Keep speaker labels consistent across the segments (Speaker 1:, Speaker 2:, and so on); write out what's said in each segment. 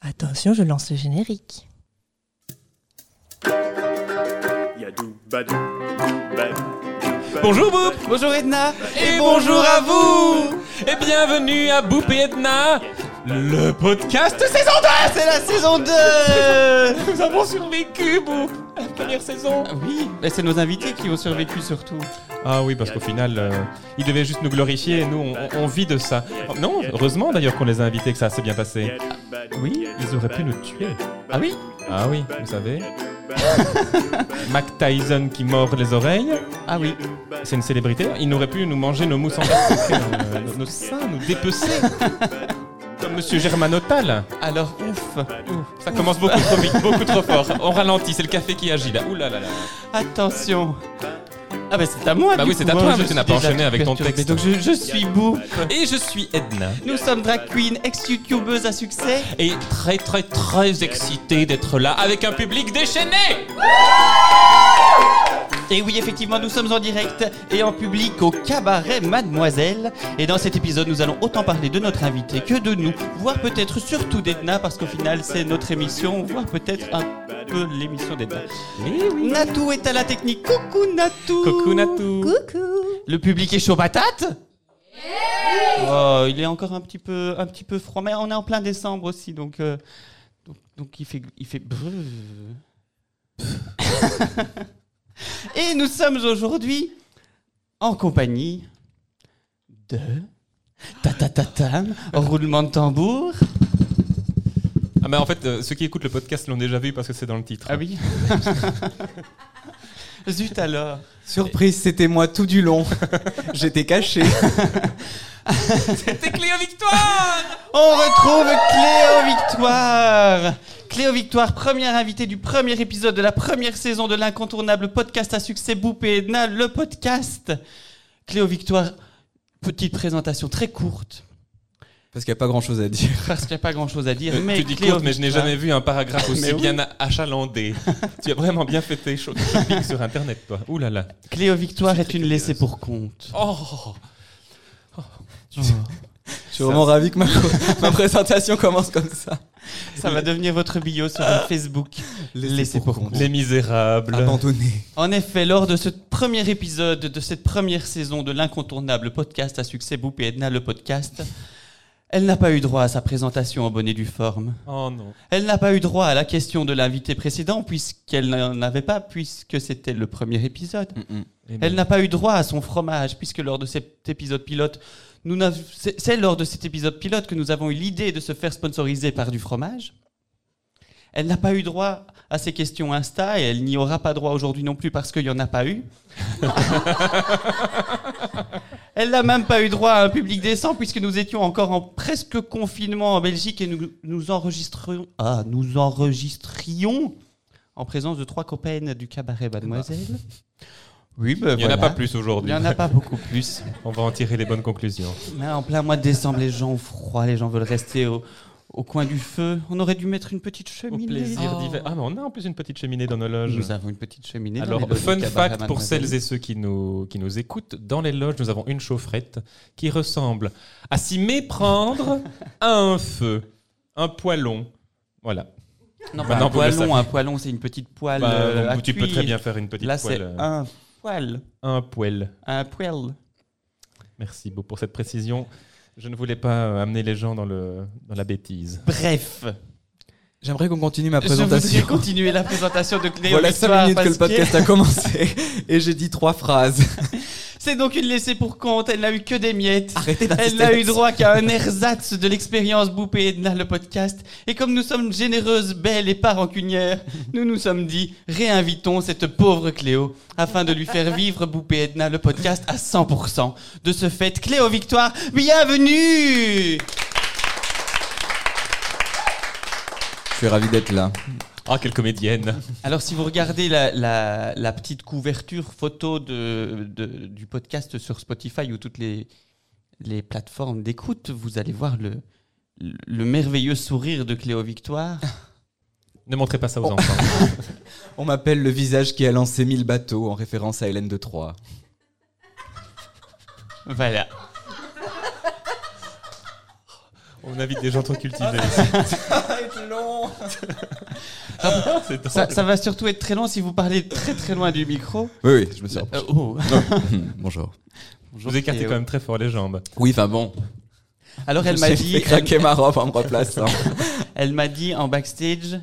Speaker 1: Attention, je lance le générique.
Speaker 2: Yadou, badou, dou, badou, dou, badou.
Speaker 3: Bonjour Boop Bonjour Edna Et bonjour à vous Et bienvenue à Boop et Edna Le podcast saison 2
Speaker 4: C'est la saison 2
Speaker 3: Nous avons survécu Boop à la première saison
Speaker 4: Oui, mais c'est nos invités qui ont survécu surtout.
Speaker 3: Ah oui, parce qu'au final, euh, ils devaient juste nous glorifier et nous, on, on vit de ça. Oh, non, heureusement d'ailleurs qu'on les a invités, que ça s'est bien passé.
Speaker 2: Yadou, badou,
Speaker 3: Oui, ils auraient pu nous tuer.
Speaker 4: Ah oui
Speaker 3: Ah oui, vous savez. Mac Tyson qui mord les oreilles,
Speaker 4: Ah oui.
Speaker 3: c'est une célébrité. Il n'aurait pu nous manger nos mousses en plastique, euh, nos, nos seins, nous dépecer. Comme Monsieur Germanotal.
Speaker 4: Alors ouf. Ouf.
Speaker 3: Ça commence beaucoup trop vite, beaucoup trop fort. On ralentit, c'est le café qui agit là. Ouh là là là.
Speaker 4: Attention. Ah bah c'est à moi.
Speaker 3: Bah
Speaker 4: du
Speaker 3: oui,
Speaker 4: coup,
Speaker 3: c'est à
Speaker 4: hein,
Speaker 3: toi,
Speaker 4: je
Speaker 3: mais tu
Speaker 4: suis
Speaker 3: n'as pas
Speaker 4: déjà
Speaker 3: enchaîné avec ton
Speaker 4: perturbé.
Speaker 3: texte.
Speaker 4: Donc je, je suis beau.
Speaker 3: Et je suis Edna.
Speaker 4: Nous sommes drag queen, ex-youtubeuse à succès.
Speaker 3: Et très très très excité d'être là avec un public déchaîné.
Speaker 4: Et oui, effectivement, nous sommes en direct et en public au cabaret Mademoiselle. Et dans cet épisode, nous allons autant parler de notre invité que de nous, voire peut-être surtout d'Edna, parce qu'au final, c'est notre émission, voire peut-être un peu l'émission d'Edna.
Speaker 3: Eh
Speaker 4: Natou est à la technique. Coucou Natou
Speaker 3: Coucou Natou.
Speaker 1: Coucou
Speaker 4: Le public est chaud patate Oh, il est encore un petit peu, un petit peu froid, mais on est en plein décembre aussi, donc, euh, donc, donc il fait, il fait. brrr. Et nous sommes aujourd'hui en compagnie de ta ta ta tam, roulement de tambour.
Speaker 3: Ah mais en fait, euh, ceux qui écoutent le podcast l'ont déjà vu parce que c'est dans le titre.
Speaker 4: Ah oui. Zut alors.
Speaker 5: Surprise, c'était moi tout du long. J'étais caché.
Speaker 3: C'était Cléo Victoire
Speaker 4: On retrouve Cléo Victoire. Cléo Victoire, première invitée du premier épisode de la première saison de l'incontournable podcast à succès Boop et Edna, le podcast. Cléo Victoire, petite présentation très courte,
Speaker 5: Parce qu'il n'y a pas grand chose à dire.
Speaker 4: parce qu'il n'y a pas grand chose à dire. Mais
Speaker 3: Euh, Tu dis
Speaker 4: Cléo
Speaker 3: courte, mais je n'ai
Speaker 4: Victoire-
Speaker 3: jamais vu un paragraphe aussi
Speaker 4: Mais oui.
Speaker 3: bien achalandé. tu as vraiment bien fait tes choses sur Internet, toi. Ouh là là.
Speaker 4: Cléo Victoire est une laissée pour compte.
Speaker 3: Oh
Speaker 5: Je suis vraiment ravi que ma, ma présentation commence comme ça.
Speaker 4: Ça va devenir votre bio sur Facebook. Euh, Laissez pour compte.
Speaker 3: Les misérables.
Speaker 5: Abandonné.
Speaker 4: En effet, lors de ce premier épisode de cette première saison de l'incontournable podcast à succès Boop et Edna, le podcast, elle n'a pas eu droit à sa présentation en bonne et due forme.
Speaker 3: Oh non.
Speaker 4: Elle n'a pas eu droit à la question de l'invité précédent puisqu'elle n'en avait pas puisque c'était le premier épisode.
Speaker 3: Eh ben,
Speaker 4: Elle n'a pas eu droit à son fromage puisque lors de cet épisode pilote, nous n'av- c'est c'est lors de cet épisode pilote que nous avons eu l'idée de se faire sponsoriser par du fromage. Elle n'a pas eu droit à ses questions Insta et elle n'y aura pas droit aujourd'hui non plus parce qu'il n'y en a pas eu. elle n'a même pas eu droit à un public décent puisque nous étions encore en presque confinement en Belgique et nous, nous, enregistrions, ah, nous enregistrions en présence de trois copaines du cabaret Mademoiselle. Oui, ben
Speaker 3: Il n'y en a
Speaker 4: voilà.
Speaker 3: pas plus
Speaker 4: Il
Speaker 3: aujourd'hui.
Speaker 4: n'y en a pas beaucoup plus.
Speaker 3: On va en tirer les bonnes conclusions.
Speaker 4: Mais en plein mois de décembre, les gens ont froid, les gens veulent rester au, au coin du feu. On aurait dû mettre une petite
Speaker 3: Au
Speaker 4: cheminée.
Speaker 3: plaisir d'hiver. Ah mais on a en plus une petite cheminée dans nos loges.
Speaker 4: Nous avons une petite cheminée. dans les
Speaker 3: Alors,
Speaker 4: loges
Speaker 3: fun
Speaker 4: du cabaret
Speaker 3: fact pour
Speaker 4: Mademoiselle.
Speaker 3: celles et ceux qui nous, qui nous écoutent, dans les loges, nous avons une chaufferette qui ressemble à s'y méprendre à un feu, un poêlon. Voilà.
Speaker 4: Non, pas
Speaker 3: Maintenant,
Speaker 4: un
Speaker 3: vous le savez.
Speaker 4: poêlon, un poêlon, c'est une petite poêle.
Speaker 3: Bah,
Speaker 4: euh,
Speaker 3: donc,
Speaker 4: à
Speaker 3: tu peux
Speaker 4: cuire.
Speaker 3: très bien faire une petite
Speaker 4: Là, c'est
Speaker 3: poêle. euh,
Speaker 4: un poêle.
Speaker 3: Un poêle.
Speaker 4: Un poêle.
Speaker 3: Merci beaucoup pour cette précision. Je ne voulais pas euh, amener les gens dans, le, dans la bêtise.
Speaker 4: Bref.
Speaker 5: J'aimerais qu'on continue ma
Speaker 4: Je voudrais
Speaker 5: présentation.
Speaker 4: continuer la présentation de Cléo.
Speaker 5: Voilà 5
Speaker 4: Victoire
Speaker 5: minutes que
Speaker 4: parce
Speaker 5: le podcast a commencé et j'ai dit trois phrases.
Speaker 4: C'est donc une laissée pour compte. Elle n'a eu que des miettes.
Speaker 5: Arrêtez d'insister.
Speaker 4: Elle n'a eu
Speaker 5: là-dessus.
Speaker 4: droit qu'à un ersatz de l'expérience Boupé Edna, le podcast. Et comme nous sommes généreuses, belles et pas rancunières, nous nous sommes dit, réinvitons cette pauvre Cléo afin de lui faire vivre Boupé Edna, le podcast à 100%. De ce fait, Cléo Victoire, bienvenue
Speaker 5: Je suis ravi d'être là.
Speaker 3: Ah, quelle comédienne
Speaker 4: Alors, si vous regardez la, la- la petite couverture photo de, de- du podcast sur Spotify ou toutes les, les plateformes d'écoute, vous allez voir le, le, le merveilleux sourire de Cléo Victoire.
Speaker 3: Ne montrez pas ça
Speaker 5: Oh.
Speaker 3: aux enfants.
Speaker 5: On m'appelle le visage qui a lancé 1000 bateaux en référence à Hélène de Troie.
Speaker 4: Voilà.
Speaker 3: On invite des gens trop cultivés.
Speaker 5: Ah,
Speaker 3: C'est
Speaker 4: Ça, ça va surtout être très long si vous parlez très très loin du micro.
Speaker 5: Oui, oui, je me suis
Speaker 4: Euh, oh.
Speaker 5: Hmm, Bonjour.
Speaker 3: Vous écartez
Speaker 4: Théo.
Speaker 3: quand même très fort les jambes.
Speaker 5: Oui, enfin bon.
Speaker 4: Alors elle
Speaker 5: Je
Speaker 4: m'a
Speaker 5: sais,
Speaker 4: dit,
Speaker 5: Fais craquer ma robe en me replaçant.
Speaker 4: Elle m'a dit en backstage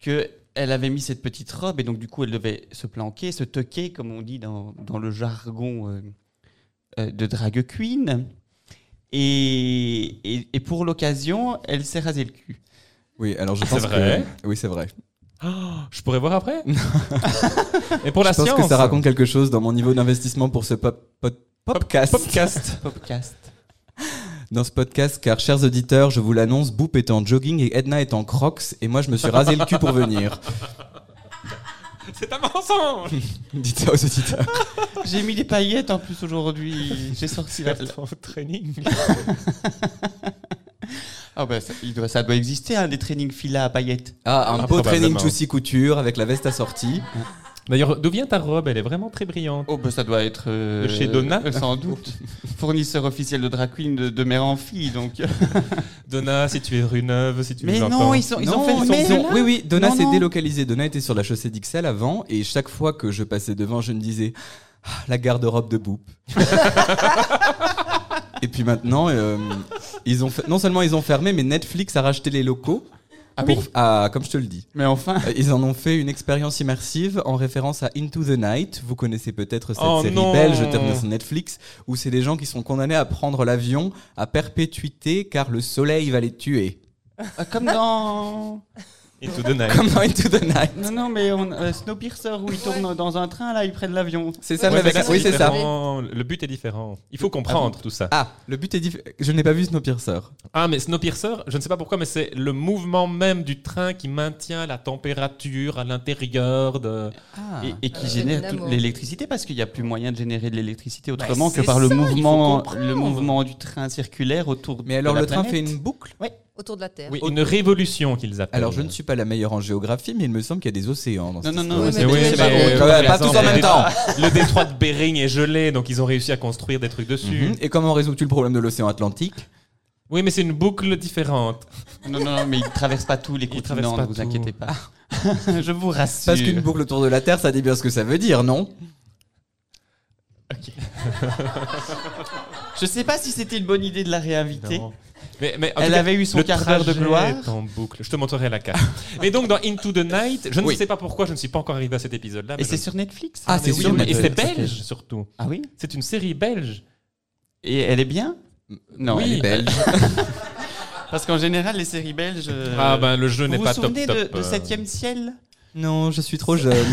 Speaker 4: que elle avait mis cette petite robe et donc du coup elle devait se planquer, se tucker comme on dit dans, dans le jargon euh, euh, de drag queen. Et, et- et pour l'occasion, elle s'est rasée le cul.
Speaker 5: Oui, alors je
Speaker 3: C'est
Speaker 5: pense
Speaker 3: vrai
Speaker 5: que. Oui, c'est vrai.
Speaker 3: Je pourrais voir après Et pour la
Speaker 5: Oh, Je pense
Speaker 3: science
Speaker 5: que ça raconte quelque chose dans mon niveau d'investissement pour ce pop, pop- podcast.
Speaker 3: Podcast.
Speaker 4: Podcast.
Speaker 5: Dans ce podcast, car chers auditeurs, je vous l'annonce, Boop est en jogging et Edna est en crocs, et moi je me suis rasé le cul pour venir.
Speaker 3: C'est un mensonge
Speaker 5: Dites ça aux auditeurs.
Speaker 4: J'ai mis des paillettes en plus aujourd'hui. J'ai sorti la.
Speaker 3: Ton training.
Speaker 4: Ah bah ça, il doit, ça doit exister hein, des trainings fila à paillettes.
Speaker 5: Ah, un
Speaker 3: Ah,
Speaker 5: beau
Speaker 3: probablement.
Speaker 5: training Choussy couture avec la veste assortie.
Speaker 3: D'ailleurs, d'où vient ta robe Elle est vraiment très brillante.
Speaker 4: Oh bah ça doit être euh,
Speaker 3: De chez Donna
Speaker 4: euh, sans doute fournisseur officiel de drag queen de, de mère en fille donc.
Speaker 3: Donna, si tu es rue neuve, si tu
Speaker 4: Mais
Speaker 3: nous
Speaker 4: non
Speaker 3: entends.
Speaker 4: ils sont ils
Speaker 5: Non,
Speaker 4: ont fait
Speaker 5: ils
Speaker 4: ils ont-
Speaker 5: ont- Oui, oui, Donna
Speaker 4: Non,
Speaker 5: s'est
Speaker 4: non.
Speaker 5: délocalisée. Donna était sur la chaussée d'Ixelles avant, et chaque fois que je passais devant, je me disais Ah, la garde-robe de Boop. et puis maintenant, euh, ils ont fait- non seulement ils ont fermé, mais Netflix a racheté les locaux.
Speaker 4: Ah
Speaker 5: pour-
Speaker 4: oui
Speaker 5: ah, comme je te le dis.
Speaker 4: Mais enfin.
Speaker 5: Euh, Ils en ont fait une expérience immersive en référence à Into the Night. Vous connaissez peut-être cette
Speaker 3: Oh
Speaker 5: série
Speaker 3: non.
Speaker 5: belge terminée sur Netflix, où c'est des gens qui sont condamnés à prendre l'avion à perpétuité car le soleil va les tuer.
Speaker 3: Euh,
Speaker 4: Ah, comme dans.
Speaker 3: Et tout de night.
Speaker 5: Comme dans Into the Night.
Speaker 4: Non, non, mais on, euh, Snowpiercer où ils tournent dans un train, là, ils prennent l'avion.
Speaker 5: C'est ça,
Speaker 3: Ouais,
Speaker 5: mais
Speaker 3: mais
Speaker 5: avec
Speaker 3: là,
Speaker 5: un- Oui, c'est ça.
Speaker 3: différent. Le but est différent. Il faut comprendre tout ça.
Speaker 5: Ah, le but est différent. Je n'ai pas vu Snowpiercer.
Speaker 3: Ah, mais Snowpiercer, je ne sais pas pourquoi, mais c'est le mouvement même du train qui maintient la température à l'intérieur de.
Speaker 5: Ah.
Speaker 4: Et, et qui
Speaker 1: Euh,
Speaker 4: génère
Speaker 1: dynamo.
Speaker 4: toute l'électricité parce qu'il n'y a plus moyen de générer de
Speaker 5: Bah,
Speaker 4: l'électricité autrement que
Speaker 1: c'est
Speaker 4: par le
Speaker 1: ça, il faut
Speaker 4: mouvement,
Speaker 1: comprendre.
Speaker 4: le mouvement du train circulaire autour.
Speaker 5: Mais alors,
Speaker 4: de la
Speaker 5: le train fait
Speaker 4: planète. Euh,
Speaker 5: une boucle
Speaker 1: Autour de la Terre.
Speaker 3: Oui, une révolution qu'ils appellent.
Speaker 5: Alors, je ne suis pas la meilleure en géographie, mais il me semble qu'il y a des océans dans
Speaker 4: Non,
Speaker 5: cette
Speaker 4: non, non.
Speaker 5: histoire.
Speaker 1: Oui,
Speaker 3: Mais
Speaker 1: mais
Speaker 3: oui,
Speaker 1: c'est
Speaker 3: mais
Speaker 1: pas-
Speaker 3: euh,
Speaker 5: Quand même,
Speaker 3: par
Speaker 5: pas tous en
Speaker 3: exemple,
Speaker 5: même
Speaker 3: le
Speaker 5: temps.
Speaker 3: détroit- Le détroit de Bering est gelé, donc ils ont réussi à construire des trucs dessus.
Speaker 5: Mhm. Et comment résous-tu le problème de l'océan Atlantique
Speaker 3: Oui, mais c'est une boucle différente.
Speaker 4: Non, non, non, mais ils ne traversent pas tous les
Speaker 3: traversent
Speaker 4: continents,
Speaker 3: pas
Speaker 4: ne vous
Speaker 3: tout.
Speaker 4: inquiétez pas. Je vous rassure.
Speaker 5: Parce qu'une boucle autour de la Terre, ça dit bien ce que ça veut dire, non
Speaker 4: Je sais pas si c'était une bonne idée de la réinviter.
Speaker 3: Non. Mais, mais en
Speaker 4: Elle
Speaker 3: tout cas,
Speaker 4: avait eu son
Speaker 3: le
Speaker 4: quart d'heure de
Speaker 3: trajet
Speaker 4: gloire.
Speaker 3: est en boucle. Je te montrerai la carte. mais donc dans Into the Night, je ne
Speaker 5: Oui.
Speaker 3: sais pas pourquoi je ne suis pas encore arrivé à cet épisode-là. mais
Speaker 4: Et c'est
Speaker 3: je-
Speaker 4: sur Netflix.
Speaker 5: Ah,
Speaker 3: mais
Speaker 5: c'est
Speaker 3: oui,
Speaker 5: sur
Speaker 3: mais- Et
Speaker 5: Netflix.
Speaker 3: c'est belge surtout.
Speaker 4: Ah oui
Speaker 3: C'est une série belge.
Speaker 4: Et elle est bien Non,
Speaker 3: Oui.
Speaker 4: elle est-
Speaker 5: Belge.
Speaker 4: Parce qu'en général, les séries belges. euh,
Speaker 3: Ah ben le jeu
Speaker 4: Vous
Speaker 3: n'est
Speaker 4: vous
Speaker 3: pas top
Speaker 4: souvenez
Speaker 3: top.
Speaker 4: de, de
Speaker 3: euh.
Speaker 4: Septième Ciel
Speaker 5: Non, je suis trop jeune.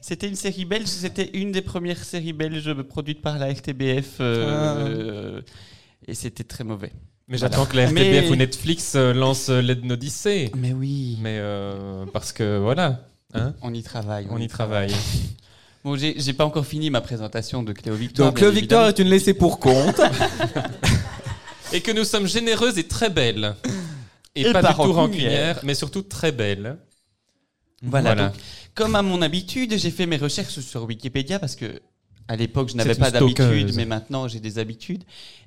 Speaker 4: C'était une série belge, c'était une des premières séries belges produites par la RTBF. euh,
Speaker 3: Ah.
Speaker 4: et c'était très mauvais.
Speaker 3: Mais j'attends que la RTBF
Speaker 4: Mais-
Speaker 3: ou Netflix euh, lance euh, l'Eden Odyssey.
Speaker 4: Mais oui.
Speaker 3: Mais euh, parce que voilà, hein,
Speaker 4: On y travaille.
Speaker 3: on y travaille.
Speaker 4: Bon, j'ai j'ai pas encore fini ma présentation de Cléo Victoire.
Speaker 5: Donc,
Speaker 4: bien
Speaker 5: le Victor
Speaker 4: évidemment.
Speaker 5: est une laissée pour compte.
Speaker 3: Et que nous sommes généreuses et très belles. Et,
Speaker 4: Et
Speaker 3: pas
Speaker 4: pas
Speaker 3: du tout
Speaker 4: rancunières.
Speaker 3: rancunières, mais surtout très belles.
Speaker 4: Voilà.
Speaker 3: Voilà.
Speaker 4: donc, comme à mon habitude, j'ai fait mes recherches sur Wikipédia parce que à l'époque, je n'avais
Speaker 3: C'est
Speaker 4: pas
Speaker 3: une stalkeuse.
Speaker 4: d'habitude, mais maintenant j'ai des habitudes.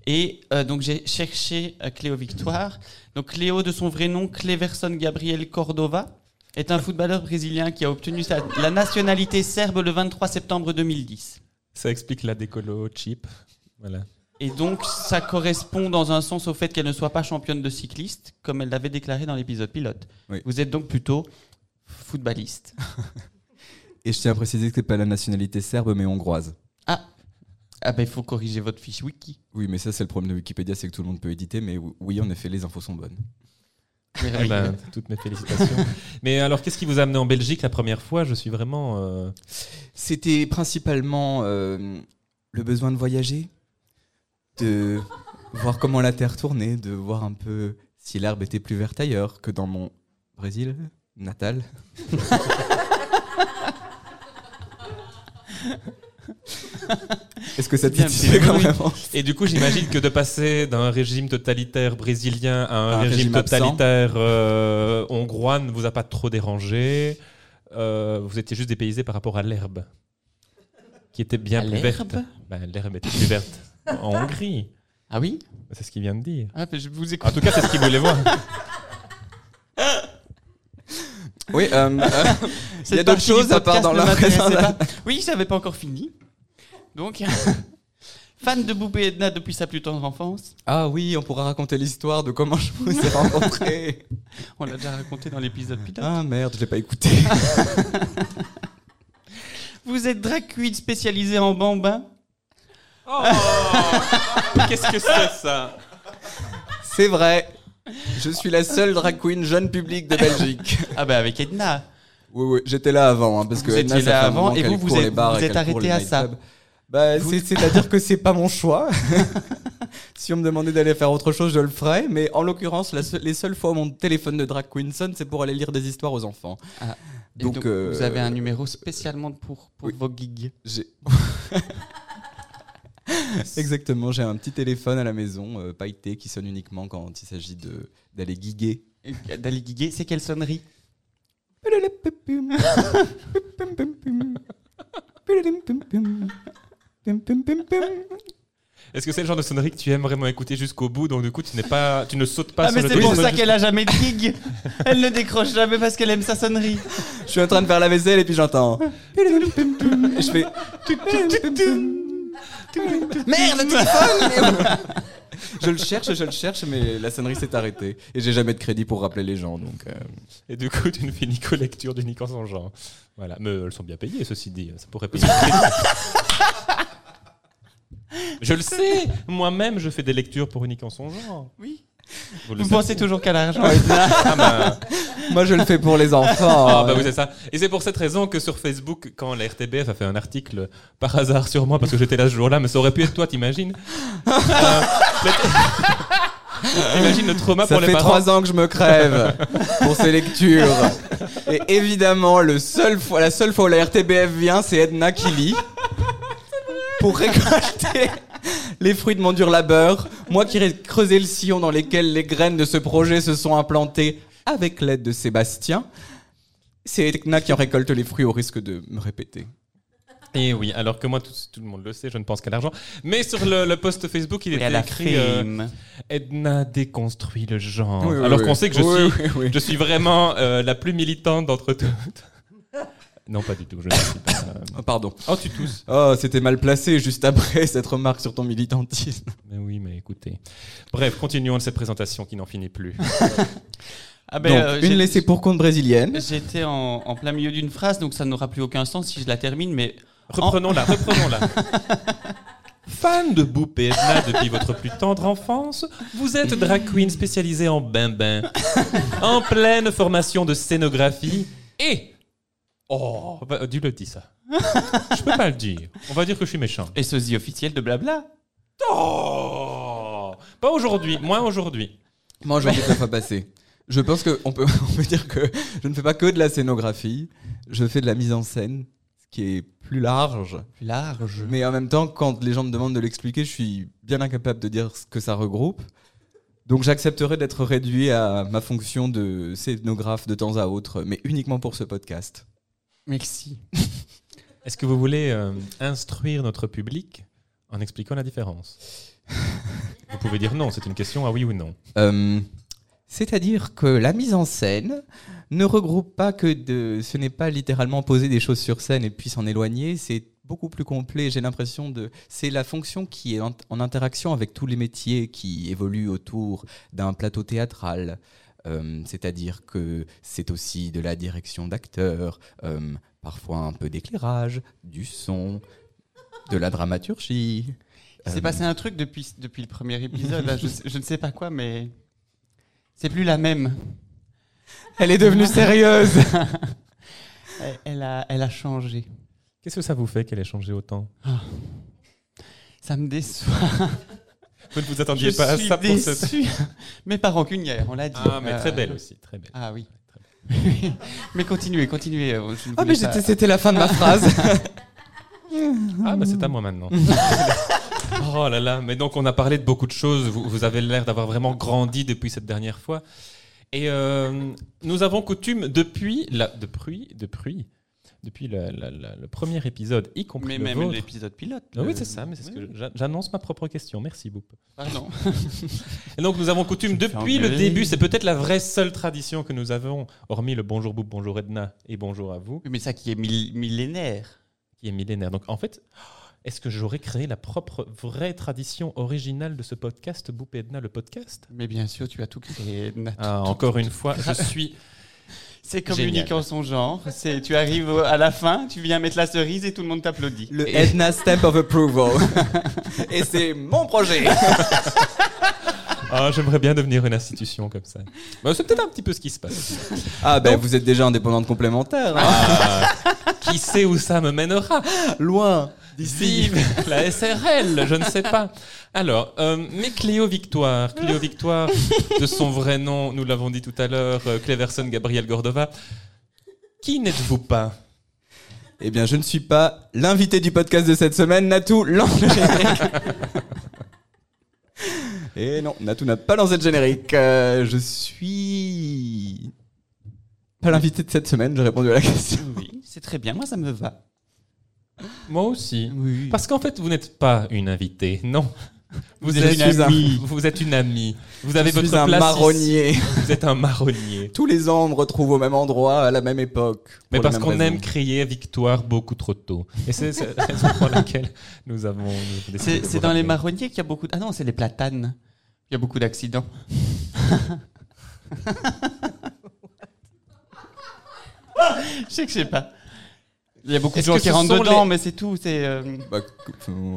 Speaker 4: Et euh, donc j'ai cherché euh, Cléo Victoire. Donc Cléo, de son vrai nom, Cleverson Gabriel Cordova, est un footballeur brésilien qui a obtenu sa- la nationalité serbe le 23 septembre 2010.
Speaker 3: Ça explique la décolo cheap. Voilà.
Speaker 4: Et donc ça correspond dans un sens au fait qu'elle ne soit pas championne de cycliste, comme elle l'avait déclaré dans l'épisode pilote.
Speaker 5: Oui.
Speaker 4: Vous êtes donc plutôt footballiste.
Speaker 5: Et je tiens à préciser que c'est pas la nationalité serbe, mais hongroise.
Speaker 4: Ah ben il faut corriger votre fiche wiki.
Speaker 5: Oui, mais ça, c'est le problème de Wikipédia, c'est que tout le monde peut éditer, mais oui, en effet, les infos sont bonnes.
Speaker 3: Eh ben, toutes mes félicitations. Mais alors, qu'est-ce qui vous a amené en Belgique la première fois Je suis vraiment. euh,
Speaker 5: C'était principalement euh, le besoin de voyager, de voir comment la Terre tournait, de voir un peu si l'herbe était plus verte ailleurs que dans mon Brésil natal. Est-ce que ça te
Speaker 4: Bien,
Speaker 5: satisfait quand
Speaker 4: oui.
Speaker 5: même hein
Speaker 3: Et du coup, j'imagine que de passer d'un régime totalitaire brésilien à un,
Speaker 5: À un
Speaker 3: régime,
Speaker 5: régime absent.
Speaker 3: totalitaire euh, hongrois ne vous a pas trop dérangé. Euh, vous étiez juste dépaysé par rapport à l'herbe, qui était bien
Speaker 4: À
Speaker 3: plus
Speaker 4: l'herbe
Speaker 3: verte. Ben, l'herbe était plus verte en Hongrie.
Speaker 4: Ah oui
Speaker 3: C'est ce qu'il vient de dire.
Speaker 4: Ah, ben, Je vous
Speaker 3: En
Speaker 4: écoute.
Speaker 3: tout cas, c'est ce qu'il voulait voir.
Speaker 5: Oui, euh, euh,
Speaker 4: Cette
Speaker 5: il y a d'autres
Speaker 4: partie du
Speaker 5: choses à part
Speaker 4: podcast
Speaker 5: dans
Speaker 4: ne
Speaker 5: la
Speaker 4: m'intéressait
Speaker 5: présentation.
Speaker 4: pas. Oui, ça n'avait pas encore fini. Donc, fan de Boubou et Edna depuis sa plus tendre enfance.
Speaker 5: Ah oui, on pourra raconter l'histoire de comment je vous ai rencontré.
Speaker 4: On l'a déjà raconté dans l'épisode pilote.
Speaker 5: ah merde, je l'ai pas écouté.
Speaker 4: Vous êtes drag queen spécialisé en bambins.
Speaker 3: Oh Qu'est-ce que c'est ça
Speaker 5: C'est vrai. Je suis la seule drag queen jeune public de Belgique.
Speaker 4: Ah bah avec Edna.
Speaker 5: Oui, oui, j'étais là avant, hein, parce que
Speaker 4: Vous
Speaker 5: Edna,
Speaker 4: étiez
Speaker 5: ça
Speaker 4: là
Speaker 5: fait un
Speaker 4: avant
Speaker 5: moment
Speaker 4: et
Speaker 5: qu'elle
Speaker 4: vous, vous
Speaker 5: court les
Speaker 4: êtes-
Speaker 5: bars
Speaker 4: vous
Speaker 5: et
Speaker 4: êtes
Speaker 5: qu'elle court
Speaker 4: arrêté
Speaker 5: les
Speaker 4: à ça.
Speaker 5: nightclubs. Bah,
Speaker 4: Vous-
Speaker 5: c'est- c'est-à-dire que c'est pas mon choix. si on me demandait d'aller faire autre chose, je le ferais. Mais en l'occurrence, la se- les seules fois où mon téléphone de drag queen sonne, c'est pour aller lire des histoires aux enfants.
Speaker 4: Ah, Et
Speaker 5: donc, euh,
Speaker 4: vous avez un numéro spécialement pour, pour
Speaker 5: oui.
Speaker 4: vos gigs.
Speaker 5: j'ai- Exactement, j'ai un petit téléphone à la maison, euh, pailleté, qui sonne uniquement quand il s'agit de- d'aller giguer.
Speaker 4: Et D'aller giguer, c'est quelle sonnerie
Speaker 3: Est-ce que c'est le genre de sonnerie que tu aimes vraiment écouter jusqu'au bout Donc du coup, tu n'es pas, tu ne sautes pas
Speaker 4: Ah
Speaker 3: sur
Speaker 4: mais
Speaker 3: le
Speaker 4: c'est pour
Speaker 3: téléphone
Speaker 4: ça qu'elle a jamais de gig. Elle ne décroche jamais parce qu'elle aime sa sonnerie.
Speaker 5: Je suis en train de faire la vaisselle et puis j'entends. Et je fais. Merde, le téléphone Je le cherche, je le cherche, mais la sonnerie s'est arrêtée. Et j'ai jamais de crédit pour rappeler les gens, donc. euh,
Speaker 3: Et du coup, tu ne fais ni co-lecture du ni sans genre. Voilà. Mais elles sont bien payées, ceci dit. Ça pourrait payer. Je le sais, moi-même je fais des lectures pour Unique en son genre.
Speaker 4: Oui.
Speaker 3: Vous, le
Speaker 4: Vous
Speaker 3: savez.
Speaker 4: pensez toujours qu'à l'argent.
Speaker 3: Ah, bah,
Speaker 5: Moi, je le fais pour les enfants.
Speaker 3: ah, bah, vous êtes ça. Et c'est pour cette raison que sur Facebook, quand la RTBF a fait un article par hasard sur moi, parce que j'étais là ce jour-là, mais ça aurait pu être toi, t'imagines Euh, le- T'imagines le trauma
Speaker 5: Ça
Speaker 3: pour les
Speaker 5: fait
Speaker 3: parents.
Speaker 5: trois ans que je me crève pour ces lectures. Et évidemment, le seul fois, la seule fois où la RTBF vient, c'est Edna qui lit. Pour récolter les fruits de mon dur labeur. Moi qui ai creusé le sillon dans lequel les graines de ce projet se sont implantées avec l'aide de Sébastien. C'est Edna qui en récolte les fruits au risque de me répéter.
Speaker 3: Et Eh oui, alors que moi, tout, tout le monde le sait, je ne pense qu'à l'argent. Mais sur le, le post Facebook, il
Speaker 4: Et
Speaker 3: était
Speaker 4: à la
Speaker 3: écrit euh,
Speaker 4: fame.
Speaker 3: Edna déconstruit le genre.
Speaker 5: Oui, oui,
Speaker 3: Oh. alors
Speaker 5: oui.
Speaker 3: qu'on sait que je
Speaker 5: Oui,
Speaker 3: suis,
Speaker 5: oui, oui.
Speaker 3: je suis vraiment euh, la plus militante d'entre toutes. non, pas du tout. Je ne suis pas. euh,
Speaker 5: Oh, pardon.
Speaker 3: Oh, tu tousses.
Speaker 5: Oh, c'était mal placé juste après cette remarque sur ton militantisme.
Speaker 3: Mais oui, mais écoutez. Bref, continuons cette présentation qui n'en finit plus.
Speaker 4: Ah ben,
Speaker 5: Donc,
Speaker 4: euh,
Speaker 5: une
Speaker 4: j'ai-
Speaker 5: laissée pour compte brésilienne.
Speaker 4: J'étais en, en plein milieu d'une phrase, donc ça n'aura plus aucun sens si je la termine, mais
Speaker 3: Reprenons-la, reprenons-la. Fan de Boop et Edna depuis votre plus tendre enfance, vous êtes drag queen spécialisée en bain-bain, en pleine formation de scénographie et... Oh, bah, dis-le, dis ça. Je peux pas le dire. On va dire que je suis méchant.
Speaker 4: et sosie officiel de blabla.
Speaker 3: Oh Pas aujourd'hui, moins aujourd'hui.
Speaker 5: Moi, j'en ai deux fois passé. Je pense qu'on peut, on peut dire que je ne fais pas que de la scénographie, je fais de la mise en scène, ce qui est plus large.
Speaker 4: Large.
Speaker 5: Mais en même temps, quand les gens me demandent de l'expliquer, je suis bien incapable de dire ce que ça regroupe. Donc j'accepterai d'être réduit à ma fonction de scénographe de temps à autre, mais uniquement pour ce podcast.
Speaker 4: Merci.
Speaker 3: Est-ce que vous voulez euh, instruire notre public en expliquant la différence Vous pouvez dire non, c'est une question à oui ou non.
Speaker 5: Euh, C'est-à-dire que la mise en scène ne regroupe pas que de... Ce n'est pas littéralement poser des choses sur scène et puis s'en éloigner, c'est beaucoup plus complet. J'ai l'impression de... C'est la fonction qui est en, en interaction avec tous les métiers qui évoluent autour d'un plateau théâtral. Euh, C'est-à-dire que c'est aussi de la direction d'acteurs, euh, parfois un peu d'éclairage, du son, de la dramaturgie.
Speaker 4: Il s'est
Speaker 5: Euh,
Speaker 4: passé un truc depuis, depuis le premier épisode, là, je, sais- je ne sais pas quoi, mais c'est plus la même.
Speaker 5: Elle est devenue sérieuse
Speaker 4: Elle, elle a, elle a changé.
Speaker 3: Qu'est-ce que ça vous fait qu'elle ait changé autant
Speaker 4: Ça me déçoit.
Speaker 3: Vous ne vous
Speaker 4: Je
Speaker 3: attendiez
Speaker 4: suis
Speaker 3: pas à ça pour cette...
Speaker 4: déçue. Mais pas rancunière, on l'a dit.
Speaker 3: Ah, mais très
Speaker 4: Euh,
Speaker 3: belle aussi, très belle.
Speaker 4: Ah oui. mais continuez, continuez. euh, je ne
Speaker 5: Ah
Speaker 4: voulais
Speaker 5: mais
Speaker 4: pas-
Speaker 5: j'étais- c'était la fin de ma phrase
Speaker 3: Ah, mais c'est à moi maintenant. oh là là, mais donc on a parlé de beaucoup de choses. Vous, vous avez l'air d'avoir vraiment grandi depuis cette dernière fois. Et euh, nous avons coutume depuis la depuis depuis depuis la- la- la- le premier épisode, y compris
Speaker 4: Mais
Speaker 3: le
Speaker 4: même
Speaker 3: vôtre.
Speaker 4: l'épisode euh, pilote.
Speaker 3: Ah oui,
Speaker 4: le-
Speaker 3: c'est ça, mais c'est ce
Speaker 4: Oui,
Speaker 3: que
Speaker 4: oui.
Speaker 3: je- j'a- j'annonce ma propre question. Merci, Boup.
Speaker 4: Pardon.
Speaker 3: Et donc, nous avons coutume
Speaker 4: Je me fais
Speaker 3: depuis le
Speaker 4: engueuler.
Speaker 3: début, c'est peut-être la vraie seule tradition que nous avons, hormis le bonjour Boup, bonjour Edna et bonjour à vous,
Speaker 4: Oui, Mais ça qui est mill- millénaire.
Speaker 3: qui est millénaire. Donc, en fait, est-ce que j'aurais créé la propre vraie tradition originale de ce podcast, Boup et Edna, le podcast
Speaker 4: Mais bien sûr, tu as tout créé. Nat.
Speaker 3: Ah, Encore une fois, je suis.
Speaker 4: C'est comme
Speaker 3: Génial.
Speaker 4: unique en son genre. C'est, tu arrives au- à la fin, tu viens mettre la cerise et tout le monde t'applaudit.
Speaker 5: Le
Speaker 4: Et-
Speaker 5: Edna Stamp of Approval. Et c'est mon projet.
Speaker 3: Ah, j'aimerais bien devenir une institution comme ça. Bah, c'est peut-être un petit peu ce qui se passe.
Speaker 5: Ah ben vous êtes déjà indépendante complémentaire. hein.
Speaker 3: Ah, qui sait où ça me mènera
Speaker 5: Ah. Loin.
Speaker 3: Vive la SRL, je ne sais pas. Alors, euh, mais Cléo Victoire, Cléo Victoire, de son vrai nom, nous l'avons dit tout à l'heure, euh, Cleverson Gabriel Gordova, qui n'êtes-vous pas
Speaker 5: Eh bien je ne suis pas l'invité du podcast de cette semaine, Natou lance le générique. Et Eh non, Natou n'a pas lancé le générique. Euh, je suis pas l'invité de cette semaine, j'ai répondu à la question.
Speaker 4: Oui, c'est très bien. Moi, ça me va.
Speaker 3: Moi aussi.
Speaker 5: Oui.
Speaker 3: Parce qu'en fait, vous n'êtes pas une invitée, non. Vous
Speaker 5: Je
Speaker 3: êtes,
Speaker 5: suis un-
Speaker 3: vous êtes une amie. Vous avez
Speaker 5: je
Speaker 3: votre
Speaker 5: suis un
Speaker 3: place ici.
Speaker 5: marronnier.
Speaker 3: Vous êtes un marronnier.
Speaker 5: Tous les ans, on me retrouve au même endroit, à la même époque.
Speaker 3: Mais
Speaker 5: pour les
Speaker 3: parce
Speaker 5: mêmes
Speaker 3: qu'on
Speaker 5: raisons.
Speaker 3: aime crier victoire beaucoup trop tôt. Et c'est c'est la raison pour laquelle nous avons. nous avons décidé
Speaker 4: C'est,
Speaker 3: de vous
Speaker 4: c'est dans les
Speaker 3: rappeler.
Speaker 4: marronniers qu'il y a beaucoup. Ah non, c'est les platanes. Il y a beaucoup d'accidents. je sais que je sais pas. Il y a beaucoup de
Speaker 3: Est-ce
Speaker 4: gens
Speaker 3: que
Speaker 4: qui
Speaker 3: ce
Speaker 4: rentrent
Speaker 3: sont
Speaker 4: dedans,
Speaker 3: les-
Speaker 4: mais c'est tout. C'est, euh,
Speaker 5: Bah, écoute, on-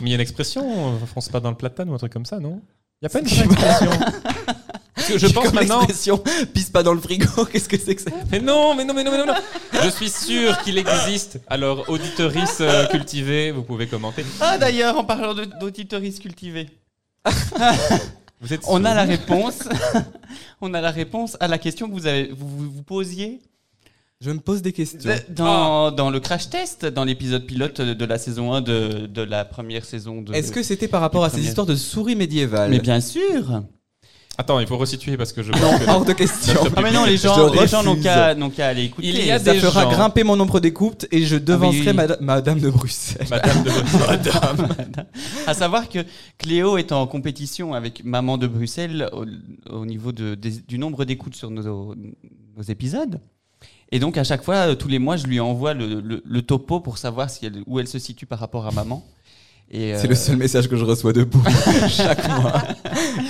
Speaker 3: Mais il y a une expression, on fonce pas dans le platane ou un truc comme ça, non Il n'y a pas une vraie expression. Parce que je
Speaker 5: C'est
Speaker 3: pense
Speaker 5: comme
Speaker 3: maintenant.
Speaker 5: l'expression, pisse pas dans le frigo, qu'est-ce que c'est que ça
Speaker 3: Mais non, mais non, mais non, mais non, non. Je suis sûr qu'il existe. Alors, auditorice euh, cultivée, vous pouvez commenter.
Speaker 4: Ah d'ailleurs, en parlant de- d'auditoristes cultivés,
Speaker 3: Vous êtes
Speaker 4: on
Speaker 3: sûr
Speaker 4: a la réponse. on a la réponse à la question que vous avez, vous, vous- vous posiez
Speaker 5: Je me pose des questions.
Speaker 4: de-
Speaker 3: Ah.
Speaker 4: dans, dans le crash test, dans l'épisode pilote de, de la saison 1 de, de la première saison de.
Speaker 5: Est-ce que c'était par rapport à ces
Speaker 4: Première.
Speaker 5: histoires de souris médiévales
Speaker 4: Mais bien sûr.
Speaker 3: Attends, il faut resituer parce que je.
Speaker 5: Non, hors de question.
Speaker 4: Ah mais non, les gens,
Speaker 5: Je
Speaker 4: les gens n'ont
Speaker 5: refuse.
Speaker 4: qu'à n'ont qu'à aller écouter.
Speaker 3: Il y a
Speaker 5: Ça
Speaker 3: des
Speaker 5: fera
Speaker 3: gens.
Speaker 5: grimper mon nombre d'écoutes et je devancerai
Speaker 4: Ah oui.
Speaker 5: mada- Madame de Bruxelles.
Speaker 3: Madame de
Speaker 4: À savoir que Cléo est en compétition avec Maman de Bruxelles au, au niveau de- des- du nombre d'écoutes sur nos, nos épisodes. Et donc, à chaque fois, euh, tous les mois, je lui envoie le, le- le topo pour savoir si elle- où elle se situe par rapport à Maman. Et,
Speaker 5: C'est
Speaker 4: euh,
Speaker 5: le seul message que je reçois debout chaque mois,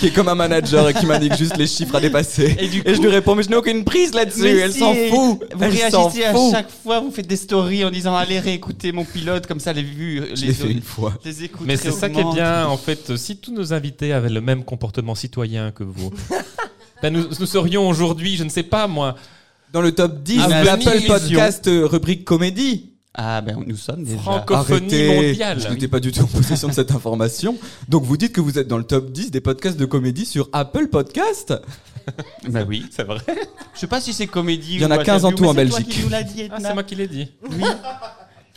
Speaker 5: qui est comme un manager et qui m'indique juste les chiffres à dépasser.
Speaker 4: Et du
Speaker 5: je
Speaker 4: coup-
Speaker 5: lui réponds, mais je n'ai aucune prise là-dessus,
Speaker 4: Mais
Speaker 5: elle
Speaker 4: si,
Speaker 5: s'en
Speaker 4: et
Speaker 5: fout.
Speaker 4: Vous
Speaker 5: elle s'en
Speaker 4: réagissez à
Speaker 5: fout.
Speaker 4: chaque fois, vous faites des stories en disant allez réécouter mon pilote, comme ça les vues, euh, les,
Speaker 5: Je l'ai fait une fois.
Speaker 4: les écoutes.
Speaker 3: Mais c'est ça qui est
Speaker 4: augmentent.
Speaker 3: bien, en fait, si tous nos invités avaient le même comportement citoyen que vous, ben, nous, nous serions aujourd'hui, je ne sais pas moi,
Speaker 5: Dans le top 10
Speaker 3: Ah,
Speaker 5: de l'Apple
Speaker 3: Venise.
Speaker 5: bah, Podcast euh, rubrique comédie.
Speaker 4: Ah ben nous sommes déjà.
Speaker 3: francophonie
Speaker 5: Arrêtez.
Speaker 3: mondiale.
Speaker 5: Je n'étais pas du tout en possession de cette information. Donc vous dites que vous êtes dans le top 10 des podcasts de comédie sur Apple Podcast
Speaker 4: Ben oui.
Speaker 3: C'est vrai.
Speaker 4: Je sais pas si c'est comédie.
Speaker 5: Bah Il y en
Speaker 4: ou
Speaker 5: a
Speaker 4: interview,
Speaker 5: 15 en tout
Speaker 4: mais
Speaker 5: en
Speaker 4: c'est toi
Speaker 5: Belgique.
Speaker 4: qui nous l'as dit,
Speaker 3: Ah,
Speaker 4: Edna.
Speaker 3: c'est moi qui l'ai dit.
Speaker 4: Oui.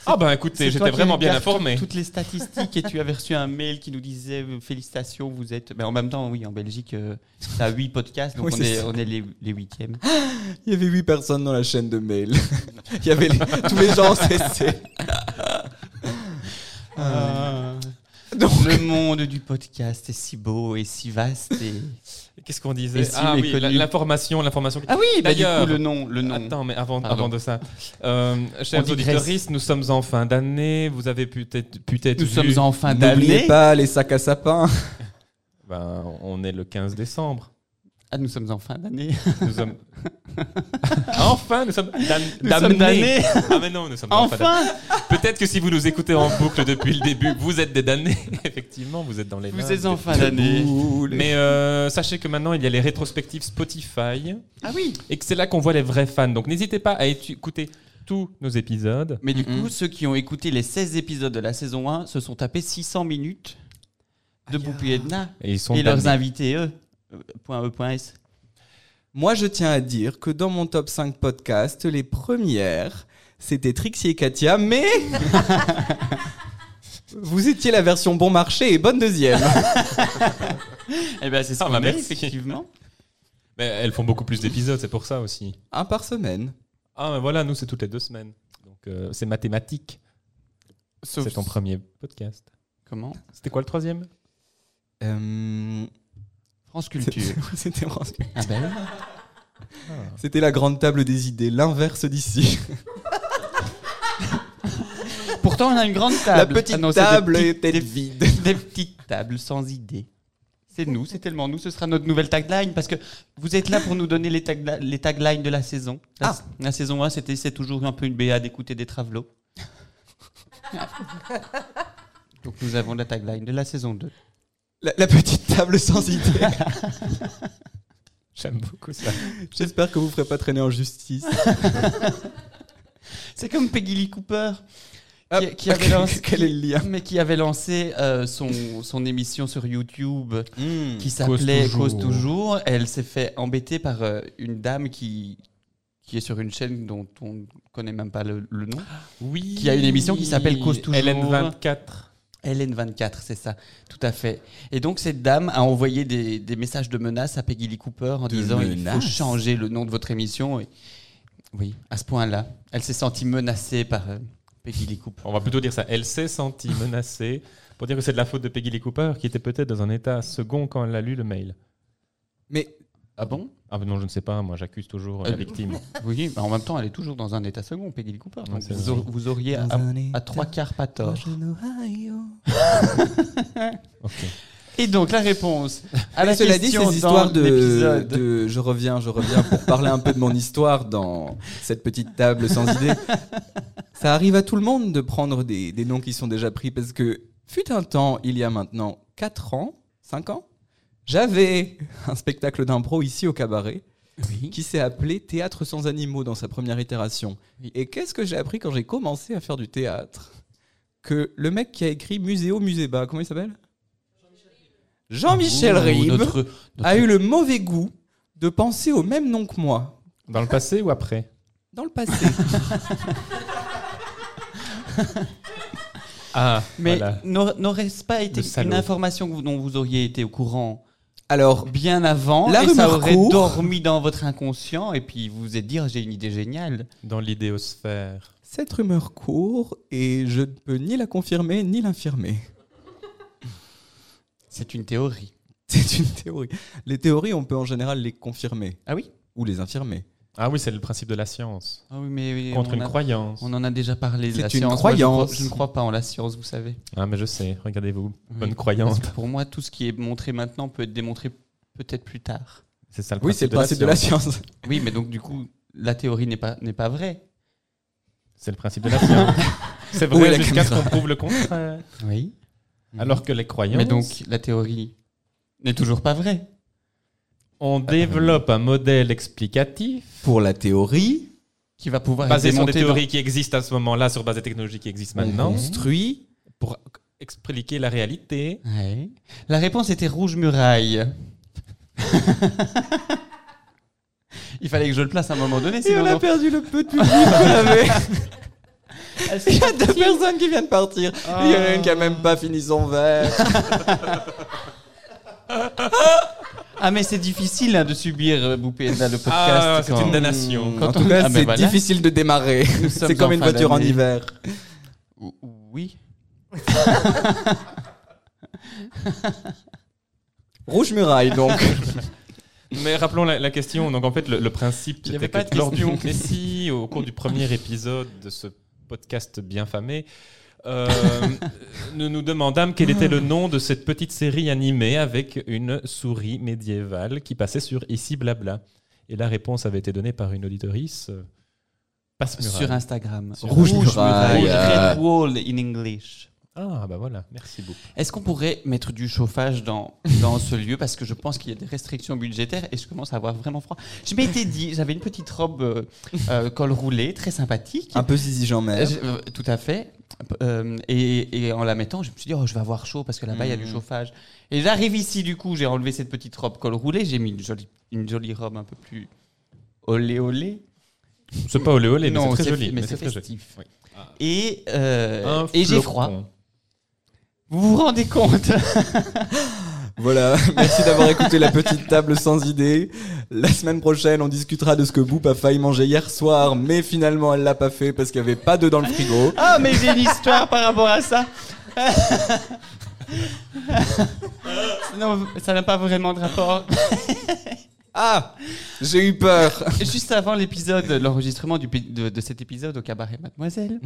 Speaker 3: Ah ben écoutez,
Speaker 4: C'est toi
Speaker 3: j'étais
Speaker 4: qui
Speaker 3: vraiment bien
Speaker 4: regardes
Speaker 3: informé.
Speaker 4: tout- toutes les statistiques et tu avais reçu un mail qui nous disait euh, félicitations, vous êtes. Mais en même temps, oui, en Belgique, euh, t'as 8 podcasts, donc
Speaker 5: Oui,
Speaker 4: on,
Speaker 5: c'est
Speaker 4: est,
Speaker 5: ça.
Speaker 4: on est les, les huitièmes.
Speaker 5: Il y avait 8 personnes dans la chaîne de mail. Il y avait les- tous les gens en CC. Donc,
Speaker 4: Euh, Le monde du podcast est si beau et si vaste. Et...
Speaker 3: Qu'est-ce qu'on disait
Speaker 4: Et si,
Speaker 3: Ah
Speaker 4: mais
Speaker 3: oui,
Speaker 4: connu.
Speaker 3: la- l'information, l'information.
Speaker 4: Ah oui, bah, du
Speaker 3: D'ailleurs-
Speaker 4: coup, le nom. Le nom.
Speaker 3: Attends, mais avant,
Speaker 4: Pardon.
Speaker 3: avant de ça, euh,
Speaker 4: On
Speaker 3: chers
Speaker 4: digresse.
Speaker 3: auditeuristes, nous sommes en fin d'année. Vous avez pu être, pu être
Speaker 4: Nous
Speaker 3: vu-
Speaker 4: sommes en fin
Speaker 5: N'oubliez
Speaker 4: d'année.
Speaker 5: pas les sacs à sapin.
Speaker 3: Ben, on est le 15 décembre.
Speaker 4: Ah, nous sommes en fin d'année.
Speaker 3: Nous sommes. enfin, nous sommes d'an-
Speaker 4: Nous
Speaker 3: d'année.
Speaker 4: sommes d'année.
Speaker 3: Ah mais non, nous sommes pas en fin d'année.
Speaker 4: Enfin,
Speaker 3: Peut-être que si vous nous écoutez en boucle depuis le début, vous êtes des damnés. Effectivement, vous êtes dans les.
Speaker 4: vous
Speaker 3: limbes.
Speaker 4: êtes en fin d'année.
Speaker 5: Ouh, les-
Speaker 3: Mais euh, sachez que maintenant, il y a les rétrospectives Spotify.
Speaker 4: Ah oui.
Speaker 3: et que c'est là qu'on voit les vrais fans. Donc n'hésitez pas à étu- écouter tous nos épisodes.
Speaker 4: Mais du
Speaker 5: Mhm.
Speaker 4: coup, ceux qui ont écouté les 16 épisodes de la saison 1 se sont tapés 600 minutes de Boupi et Edna
Speaker 3: Et ils sont
Speaker 4: et
Speaker 3: damnés.
Speaker 4: leurs invités, eux. euh, Point E, point S.
Speaker 5: Moi, je tiens à dire que dans mon top 5 podcast, les premières, c'était Trixie et Katia, mais... Vous étiez la version bon marché et bonne deuxième.
Speaker 4: Eh bien, c'est ça,
Speaker 3: Ah, bah,
Speaker 4: on est,
Speaker 3: merci.
Speaker 4: effectivement.
Speaker 3: Mais elles font beaucoup plus d'épisodes, c'est pour ça aussi.
Speaker 5: Un par semaine.
Speaker 3: Ah, ben voilà, nous, c'est toutes les deux semaines. Donc, euh, c'est mathématique.
Speaker 4: Sauf-
Speaker 3: C'est ton premier podcast.
Speaker 4: Comment
Speaker 3: C'était quoi le troisième
Speaker 5: Euh,
Speaker 4: France
Speaker 5: c'était-
Speaker 4: Culture.
Speaker 5: C'était vraiment-
Speaker 4: ah ben
Speaker 5: C'était la grande table des idées, l'inverse d'ici.
Speaker 4: Pourtant, on a une grande table.
Speaker 5: La petite
Speaker 4: Ah non, c'est des
Speaker 5: table
Speaker 4: petites-
Speaker 5: était
Speaker 4: des-
Speaker 5: vide.
Speaker 4: Des petites tables sans idée. C'est nous, c'est tellement nous. Ce sera notre nouvelle tagline parce que vous êtes là pour nous donner les, tagla- les taglines de la saison. La,
Speaker 5: Ah.
Speaker 4: la saison 1, c'était c'est toujours un peu une BA d'écouter des travelots. Donc nous avons la tagline de la saison 2.
Speaker 5: La, la petite table sans idées.
Speaker 3: J'aime beaucoup ça.
Speaker 5: J'espère que vous ne ferez pas traîner en justice.
Speaker 4: C'est comme Peggy Lee Cooper.
Speaker 5: Hop,
Speaker 4: qui avait lancé-
Speaker 5: Quel est le lien
Speaker 4: Mais qui avait lancé euh, son, son émission sur YouTube qui
Speaker 3: Cause
Speaker 4: s'appelait
Speaker 3: toujours.
Speaker 4: Cause toujours. Elle s'est fait embêter par euh, une dame qui, qui est sur une chaîne dont on ne connaît même pas le, le nom.
Speaker 3: Oui.
Speaker 4: Qui a une émission qui s'appelle Cause Toujours.
Speaker 3: LN24.
Speaker 4: LN24, c'est ça, tout à fait. Et donc cette dame a envoyé des, des messages de menaces à Peggy Lee Cooper en
Speaker 5: De
Speaker 4: disant il faut
Speaker 5: menaces
Speaker 4: changer le nom de votre émission. Et- oui, à ce point-là, elle s'est sentie menacée par euh, Peggy Lee Cooper.
Speaker 3: On va plutôt dire ça. Elle s'est sentie menacée pour dire que c'est de la faute de Peggy Lee Cooper qui était peut-être dans un état second quand elle a lu le mail.
Speaker 5: Mais
Speaker 4: Ah bon
Speaker 3: Ah ben non, je ne sais pas. Moi, j'accuse toujours euh,
Speaker 4: Euh,
Speaker 3: la victime.
Speaker 4: Oui, mais en même temps, elle est toujours dans un état second, Peggy Lee Cooper. Donc
Speaker 3: c'est
Speaker 4: vous,
Speaker 3: vrai.
Speaker 4: aur- vous auriez à, à trois quarts pas tort.
Speaker 3: Ok.
Speaker 4: Et donc la réponse à la
Speaker 5: Mais cela dit,
Speaker 4: question
Speaker 5: ces histoires
Speaker 4: dans
Speaker 5: de,
Speaker 4: l'épisode.
Speaker 5: de- je reviens, je reviens pour parler un peu de mon histoire dans cette petite table sans idée. Ça arrive à tout le monde de prendre des, des noms qui sont déjà pris parce que fut un temps, il y a maintenant 4 ans, 5 ans, j'avais un spectacle d'impro ici au cabaret
Speaker 4: Oui.
Speaker 5: qui s'est appelé Théâtre sans animaux dans sa première itération. Et qu'est-ce que j'ai appris quand j'ai commencé à faire du théâtre Que le mec qui a écrit Muséo Muséba, comment il s'appelle Jean-Michel
Speaker 4: Ouh,
Speaker 5: Ribes
Speaker 4: notre- notre-
Speaker 5: a eu le mauvais goût de penser au même nom que moi
Speaker 3: Dans le passé ou après
Speaker 5: dans le passé.
Speaker 3: Ah,
Speaker 4: Mais
Speaker 3: voilà.
Speaker 4: n'aur- n'aurait-ce pas été
Speaker 3: Le salaud.
Speaker 4: une information que vous- dont vous auriez été au courant
Speaker 5: Alors,
Speaker 4: bien avant
Speaker 5: La
Speaker 4: et ça
Speaker 5: rumeur
Speaker 4: aurait
Speaker 5: court.
Speaker 4: dormi dans votre inconscient et puis vous vous êtes dit Ah, j'ai une idée géniale.
Speaker 3: Dans l'idéosphère.
Speaker 5: cette rumeur court et je ne peux ni la confirmer ni l'infirmer.
Speaker 4: C'est une théorie.
Speaker 5: C'est une théorie. Les théories, on peut en général les confirmer
Speaker 4: Ah oui
Speaker 5: ou les infirmer.
Speaker 3: Ah oui, c'est le principe de la science.
Speaker 4: Ah oui mais oui,
Speaker 3: Contre
Speaker 4: on,
Speaker 3: une
Speaker 4: a-
Speaker 3: croyance.
Speaker 4: on en a déjà parlé de
Speaker 5: C'est
Speaker 4: la
Speaker 5: une
Speaker 4: science. Moi, je
Speaker 5: croyance.
Speaker 4: crois- je, ne crois pas en la science, vous savez.
Speaker 3: Ah mais je sais, regardez-vous. Bonne
Speaker 4: Oui.
Speaker 3: croyance.
Speaker 4: Parce que pour moi tout ce qui est montré maintenant peut être démontré peut-être plus tard.
Speaker 3: C'est ça le
Speaker 5: Oui, c'est le principe de la science.
Speaker 4: Oui, mais donc du coup la théorie n'est pas n'est pas vraie.
Speaker 3: C'est le principe de la science. c'est
Speaker 5: Où est
Speaker 3: vrai
Speaker 5: la
Speaker 3: jusqu'à ce
Speaker 5: caméra
Speaker 3: qu'on prouve le contraire.
Speaker 4: Oui.
Speaker 3: Alors que les croyances,
Speaker 4: Mais donc la théorie n'est toujours pas vraie.
Speaker 3: on développe un modèle explicatif
Speaker 5: Pour la théorie,
Speaker 4: Qui va pouvoir
Speaker 3: Euh, basé
Speaker 4: être
Speaker 3: sur des
Speaker 4: démontée dans-
Speaker 3: théories qui existent à ce moment-là, sur base des technologies qui existent maintenant,
Speaker 5: on construit.
Speaker 3: pour expliquer la réalité.
Speaker 4: Ouais. La réponse était rouge muraille. Il fallait que je le place à un moment donné,
Speaker 5: Et
Speaker 4: sinon
Speaker 5: on a
Speaker 4: non.
Speaker 5: perdu le peu de public qu'on avait.
Speaker 4: Elle s'est
Speaker 5: Il y a deux personnes qui viennent partir. Il y en a une qui a même pas fini son verre.
Speaker 4: Ah mais c'est difficile hein, de subir euh, Boupé Edna, le podcast.
Speaker 3: Ah, c'est
Speaker 4: quand-
Speaker 3: une damnation.
Speaker 4: Quand
Speaker 5: Mm. en
Speaker 4: on-
Speaker 5: tout cas,
Speaker 4: Ah, ben
Speaker 5: c'est
Speaker 4: voilà.
Speaker 5: difficile de démarrer.
Speaker 4: Nous sommes
Speaker 5: C'est comme
Speaker 4: en
Speaker 5: une
Speaker 4: fin
Speaker 5: voiture en
Speaker 4: d'année.
Speaker 5: hiver.
Speaker 4: Ou- ou- Oui.
Speaker 5: Rouge muraille, donc.
Speaker 3: Mais rappelons la, la question. Donc en fait, le, le principe
Speaker 4: Il y
Speaker 3: c'était
Speaker 4: avait pas
Speaker 3: que
Speaker 4: de
Speaker 3: lors
Speaker 4: question.
Speaker 3: du- mais si, au cours du premier épisode de ce podcast bien famé, euh, nous nous demandâmes quel était le nom de cette petite série animée avec une souris médiévale qui passait sur Ici Blabla. Et la réponse avait été donnée par une auditorice. euh, Passe Muraille.
Speaker 4: Sur Instagram.
Speaker 3: Sur-
Speaker 5: Rouge
Speaker 4: Muraille.
Speaker 5: muraille, euh.
Speaker 4: Red wall in English.
Speaker 3: Ah bah voilà, merci beaucoup.
Speaker 4: Est-ce qu'on pourrait mettre du chauffage dans, dans ce lieu Parce que je pense qu'il y a des restrictions budgétaires et je commence à avoir vraiment froid. Je m'étais dit, j'avais une petite robe euh, euh, col roulé, très sympathique.
Speaker 3: Ah,
Speaker 5: Un peu zizi jean mère
Speaker 4: Je- euh, tout à fait. Euh, et, et en la mettant, je me suis dit, oh, je vais avoir chaud parce que là-bas, il y a du
Speaker 3: Hmm.
Speaker 5: Mhm.
Speaker 4: chauffage. Et j'arrive ici, du coup, j'ai enlevé cette petite robe col roulé, j'ai mis une jolie, une jolie robe un peu plus olé olé.
Speaker 3: C'est pas olé olé, mais
Speaker 4: Non,
Speaker 3: c'est
Speaker 4: c'est
Speaker 3: très
Speaker 4: fi-
Speaker 3: joli.
Speaker 4: mais c'est
Speaker 3: très joli.
Speaker 4: festif.
Speaker 3: Oui.
Speaker 4: Et, euh,
Speaker 3: Un
Speaker 4: et j'ai
Speaker 3: flocon.
Speaker 4: froid. Vous vous rendez compte
Speaker 5: Voilà, merci d'avoir écouté la petite table sans idée. La semaine prochaine, on discutera de ce que Boop a failli manger hier soir, mais finalement elle l'a pas fait parce qu'il y avait pas d'œufs dans le frigo.
Speaker 4: Ah, mais j'ai une histoire par rapport à ça. non, ça n'a pas vraiment de rapport.
Speaker 5: Ah, j'ai eu peur.
Speaker 4: Juste avant l'épisode, l'enregistrement du pi- de, de cet épisode au cabaret Mademoiselle.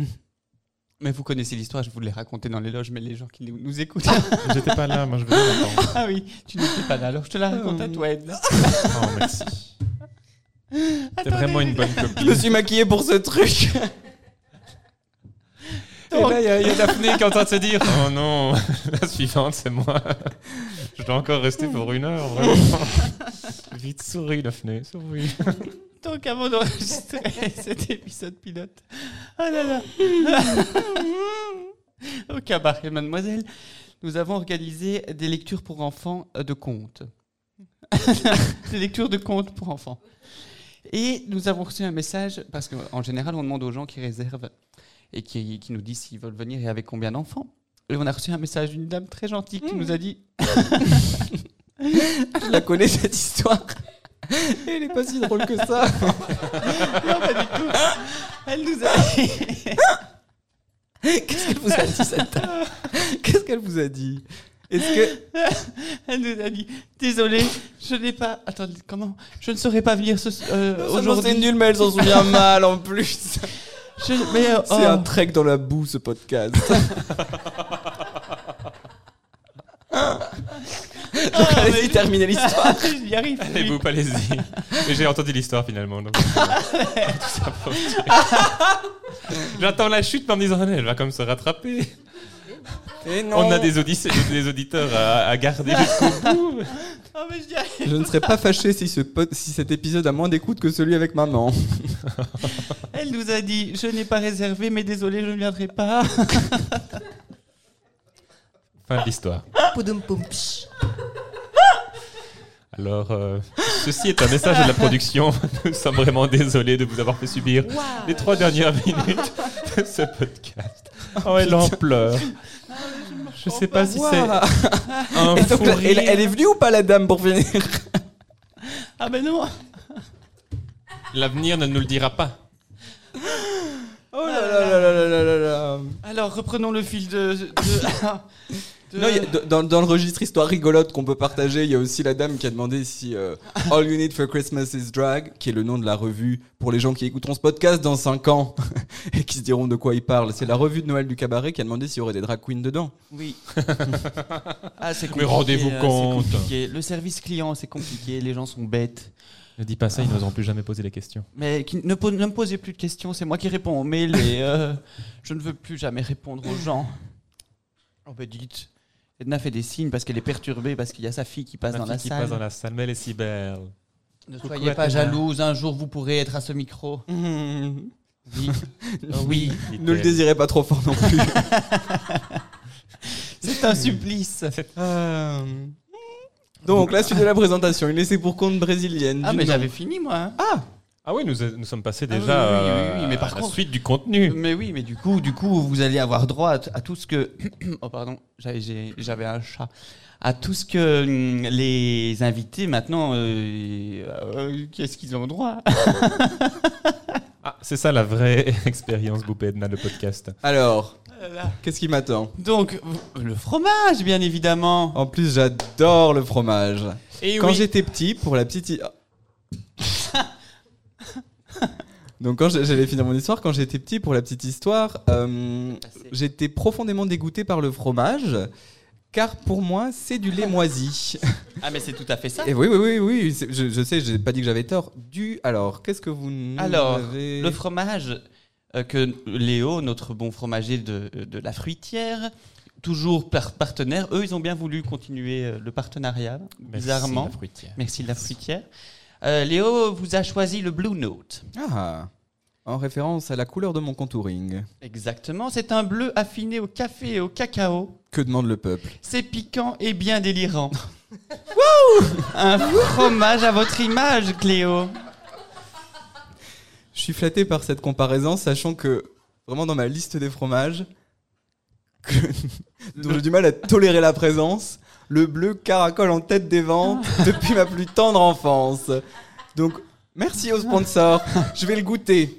Speaker 4: Mais vous connaissez l'histoire, je vous l'ai racontée dans les loges, mais les gens qui nous- nous écoutent.
Speaker 3: J'étais pas là, moi je vais l'entendre.
Speaker 4: ah oui, tu n'étais pas là, alors je te la raconte à toi, Edna.
Speaker 3: Oh, merci. T'es vraiment une bonne
Speaker 5: Je me
Speaker 3: copine.
Speaker 5: suis maquillé pour ce truc.
Speaker 4: Eh
Speaker 3: Et
Speaker 4: ben,
Speaker 3: là, il y a- il y, a Daphné qui est en train de se dire Oh non, la suivante, c'est moi. Je dois encore rester pour une heure, vraiment. Vite, souris, Daphné, souris.
Speaker 4: Donc avant d'enregistrer cet épisode pilote, ah là là. au cabaret Mademoiselle, nous avons organisé des lectures pour enfants euh, de contes. des lectures de contes pour enfants. Et nous avons reçu un message, parce qu'en général, on demande aux gens qui réservent et qui, qui nous disent s'ils veulent venir et avec combien d'enfants. Et on a reçu un message d'une dame très gentille qui nous a dit
Speaker 5: Je la connais cette histoire. Et elle est pas si drôle que ça.
Speaker 4: Non, pas du tout. Elle nous a
Speaker 5: Qu'est-ce qu'elle vous a dit cette dame Qu'est-ce qu'elle vous a dit Est-ce que
Speaker 4: Elle nous a dit Désolé, je n'ai pas. Attendez, comment Je ne saurais pas venir ce, euh,
Speaker 5: aujourd'hui c'est
Speaker 4: aujourd'hui.
Speaker 5: nul mais elle s'en souvient mal en plus.
Speaker 4: Je- Mais, euh,
Speaker 5: C'est un
Speaker 4: oh.
Speaker 5: trek dans la boue ce podcast.
Speaker 4: Ah, mais-
Speaker 5: Allez-y, terminez l'histoire.
Speaker 4: Je n'y arrive
Speaker 3: Et
Speaker 4: plus.
Speaker 3: vous, allez-y. Et j'ai entendu l'histoire finalement. donc, euh, tout ça pour dire. J'attends la chute mais en me disant Allez, Elle va comme se rattraper.
Speaker 5: Et non.
Speaker 3: On a des, audice- des auditeurs à, à garder jusqu'au bout.
Speaker 4: Oh, mais je n'y arrive-
Speaker 5: Je ne serais pas fâché si, ce pod- si cet épisode a moins d'écoute que celui avec maman.
Speaker 4: Elle nous a dit Je n'ai pas réservé, mais désolé, je ne viendrai
Speaker 5: Ah,
Speaker 4: pas.
Speaker 3: Fin de l'histoire.
Speaker 1: Poudoum poum, pch.
Speaker 3: Alors, euh, ceci est un message de la production. Nous sommes vraiment désolés de vous avoir fait subir les trois dernières minutes de ce podcast. Oh, elle en pleure. Je sais pas si c'est
Speaker 5: Ouah.
Speaker 3: un
Speaker 5: Et donc,
Speaker 3: fou
Speaker 5: elle,
Speaker 3: rire.
Speaker 5: elle est venue ou pas la dame pour finir
Speaker 4: Ah, ben non
Speaker 3: L'avenir ne nous le dira pas.
Speaker 5: Oh là là là là là là là.
Speaker 4: Ah Alors, reprenons le fil de. de- de-
Speaker 5: Non, il y a- d- dans, dans le registre histoire rigolote qu'on peut partager, il y a aussi la dame qui a demandé si euh, All You Need for Christmas is Drag, qui est le nom de la revue pour les gens qui écouteront ce podcast dans 5 ans et qui se diront de quoi il parle. C'est la revue de Noël du cabaret qui a demandé s'il y aurait des drag queens dedans.
Speaker 4: Oui. ah, c'est compliqué.
Speaker 3: Mais rendez-vous
Speaker 4: euh, c'est
Speaker 3: compte.
Speaker 4: compliqué. Le service client, c'est compliqué. Les gens sont bêtes.
Speaker 3: Ne dis pas ça, ils n'oseront plus jamais poser les questions.
Speaker 4: Mais qui- ne, pose- ne me posez plus de questions, c'est moi qui réponds aux mails et euh, je ne veux plus jamais répondre aux gens. Oh bah dites. Edna fait des signes parce qu'elle est perturbée, parce qu'il y a sa fille qui passe, dans, la
Speaker 3: qui
Speaker 4: salle.
Speaker 3: passe dans la salle, mais elle est si belle.
Speaker 4: Ne
Speaker 3: Coucou
Speaker 4: soyez
Speaker 3: à
Speaker 4: pas
Speaker 3: Edna.
Speaker 4: jalouse, un jour vous pourrez être à ce micro.
Speaker 5: Mmh.
Speaker 4: Oui, Oh oui.
Speaker 5: Ne le désirez pas trop fort non plus.
Speaker 4: c'est un supplice.
Speaker 5: Euh, Donc, la suite de la présentation, une laissée pour compte brésilienne.
Speaker 4: Ah
Speaker 5: du
Speaker 4: mais
Speaker 5: nom.
Speaker 4: j'avais fini moi. hein.
Speaker 3: Ah oui, nous, nous sommes passés
Speaker 4: Ah
Speaker 3: déjà
Speaker 4: oui, oui, oui, oui,
Speaker 3: euh,
Speaker 4: oui, mais par
Speaker 3: à
Speaker 4: contre-
Speaker 3: la suite du contenu.
Speaker 4: Mais oui, mais du coup, du coup, vous allez avoir droit à, t- à tout ce que. Oh pardon, j'avais- j'ai- j'avais un chat. À tout ce que hum, les invités maintenant, euh, euh, qu'est-ce qu'ils ont droit
Speaker 3: Ah, c'est ça la vraie expérience Boupé Edna, le podcast.
Speaker 5: Alors,
Speaker 4: Voilà.
Speaker 5: qu'est-ce qui m'attend
Speaker 4: Donc, le fromage, bien évidemment.
Speaker 5: En plus, j'adore le fromage.
Speaker 4: Eh
Speaker 3: Et
Speaker 5: quand j'étais petit, pour la petite. hi- Donc, quand j'ai- j'allais finir mon histoire, quand j'étais petit, pour la petite histoire, euh,
Speaker 4: Ah,
Speaker 5: j'étais profondément dégoûté par le fromage. Car pour moi, c'est du lait moisi.
Speaker 4: Ah, mais c'est tout à fait ça.
Speaker 5: Et oui, oui, oui, oui. c'est- Je, je sais, j'ai pas dit que j'avais tort. Du. Alors, qu'est-ce que vous. nous
Speaker 4: Alors,
Speaker 5: avez-
Speaker 4: Le fromage euh, que Léo, notre bon fromager de, euh, de la fruitière, toujours par partenaire, eux, ils ont bien voulu continuer euh, le partenariat, bizarrement. Merci de la fruitière. Euh, Léo vous a choisi le Blue Note.
Speaker 5: Ah En référence à la couleur de mon contouring.
Speaker 4: Exactement, c'est un bleu affiné au café et au cacao.
Speaker 5: Que demande le peuple
Speaker 4: C'est piquant et bien délirant. un fromage à votre image, Cléo.
Speaker 5: Je suis flatté par cette comparaison, sachant que vraiment dans ma liste des fromages, que- dont j'ai du mal à tolérer la présence, le bleu caracole en tête des ventes depuis ma plus tendre enfance. Donc, merci au sponsor. Je vais le goûter.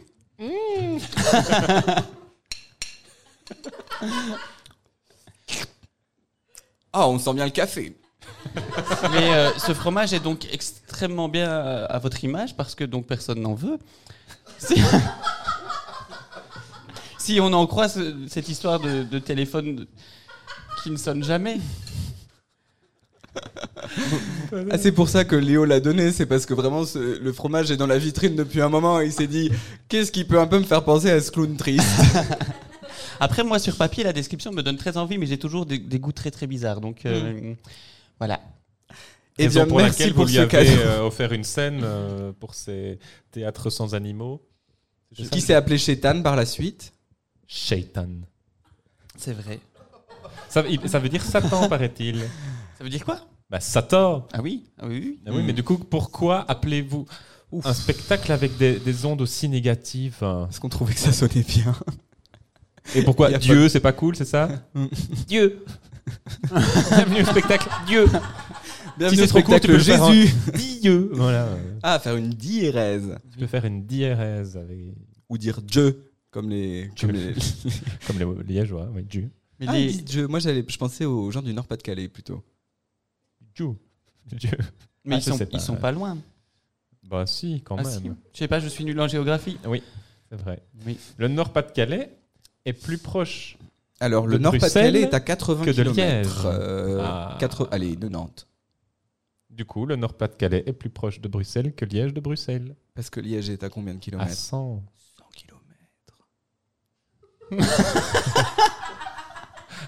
Speaker 5: Ah, on sent bien le café.
Speaker 4: Mais euh, ce fromage est donc extrêmement bien euh, à votre image parce que donc personne n'en veut. Si... si on en croit ce- cette histoire de, de téléphone qui ne sonne jamais.
Speaker 5: Ah, c'est pour ça que Léo l'a donné, c'est parce que vraiment ce- le fromage est dans la vitrine depuis un moment et il s'est dit qu'est-ce qui peut un peu me faire penser à ce clown triste
Speaker 4: Après, moi, sur papier, la description me donne très envie, mais j'ai toujours des, des goûts très très bizarres. Donc euh, voilà.
Speaker 5: Eh
Speaker 3: Raison
Speaker 5: bien,
Speaker 3: pour
Speaker 5: merci
Speaker 3: laquelle
Speaker 5: pour
Speaker 3: vous lui
Speaker 5: ce
Speaker 3: avez
Speaker 5: cadeau
Speaker 3: euh, offert une scène euh, pour ces théâtres sans animaux. C'est
Speaker 5: qui
Speaker 3: ça
Speaker 5: s'est appelé Chétan par la suite.
Speaker 3: Shaitan.
Speaker 4: C'est vrai.
Speaker 3: Ça, il- ça veut dire Satan, paraît-il.
Speaker 4: Ça veut dire quoi
Speaker 3: Bah, Satan
Speaker 4: Ah oui, ah oui, oui.
Speaker 3: Ah oui,
Speaker 5: Mm.
Speaker 3: mais du coup, pourquoi appelez-vous un spectacle avec des, des ondes aussi négatives hein
Speaker 5: Parce qu'on trouvait que ça sonnait bien.
Speaker 3: Et pourquoi
Speaker 5: Il y a Hmm.
Speaker 3: Dieu, c'est pas cool, c'est ça Dieu Bienvenue au spectacle Dieu
Speaker 5: Bienvenue
Speaker 3: c'est
Speaker 5: au
Speaker 3: trop court, tu
Speaker 5: spectacle
Speaker 3: peux le faire hein. en-
Speaker 5: Jésus.
Speaker 3: Dieu Voilà. euh,
Speaker 5: Ah, faire une diérèse.
Speaker 3: Tu peux faire une diérèse avec...
Speaker 5: Ou dire Dieu, comme les.
Speaker 3: Dieu.
Speaker 5: Comme les...
Speaker 3: comme les liégeois, oui, Dieu.
Speaker 4: Mais
Speaker 5: Ah,
Speaker 4: les-
Speaker 5: ils disent Dieu. Moi, j'allais, je pensais aux gens du Nord-Pas-de-Calais plutôt.
Speaker 3: Dieu. Dieu.
Speaker 4: mais
Speaker 3: Ah,
Speaker 4: ils
Speaker 3: je
Speaker 4: sont,
Speaker 3: sais pas,
Speaker 4: ils sont
Speaker 3: ouais.
Speaker 4: pas loin.
Speaker 3: Bah si, quand
Speaker 4: Ah, si.
Speaker 3: même.
Speaker 4: Je sais pas, je suis nul en géographie.
Speaker 3: Oui, c'est vrai.
Speaker 4: Oui.
Speaker 3: Le Nord-Pas-de-Calais est plus proche.
Speaker 5: Alors, le
Speaker 3: De
Speaker 5: Nord-Pas-de-Calais
Speaker 3: Bruxelles
Speaker 5: est à 80
Speaker 3: que de Liège.
Speaker 5: km. Euh,
Speaker 3: Ah.
Speaker 5: quatre- Allez, de Nantes.
Speaker 3: Du coup, le Nord-Pas-de-Calais est plus proche de Bruxelles que Liège de Bruxelles.
Speaker 5: Parce que Liège est à combien de
Speaker 3: À
Speaker 5: kilomètres
Speaker 3: 100.
Speaker 5: 100 kilomètres.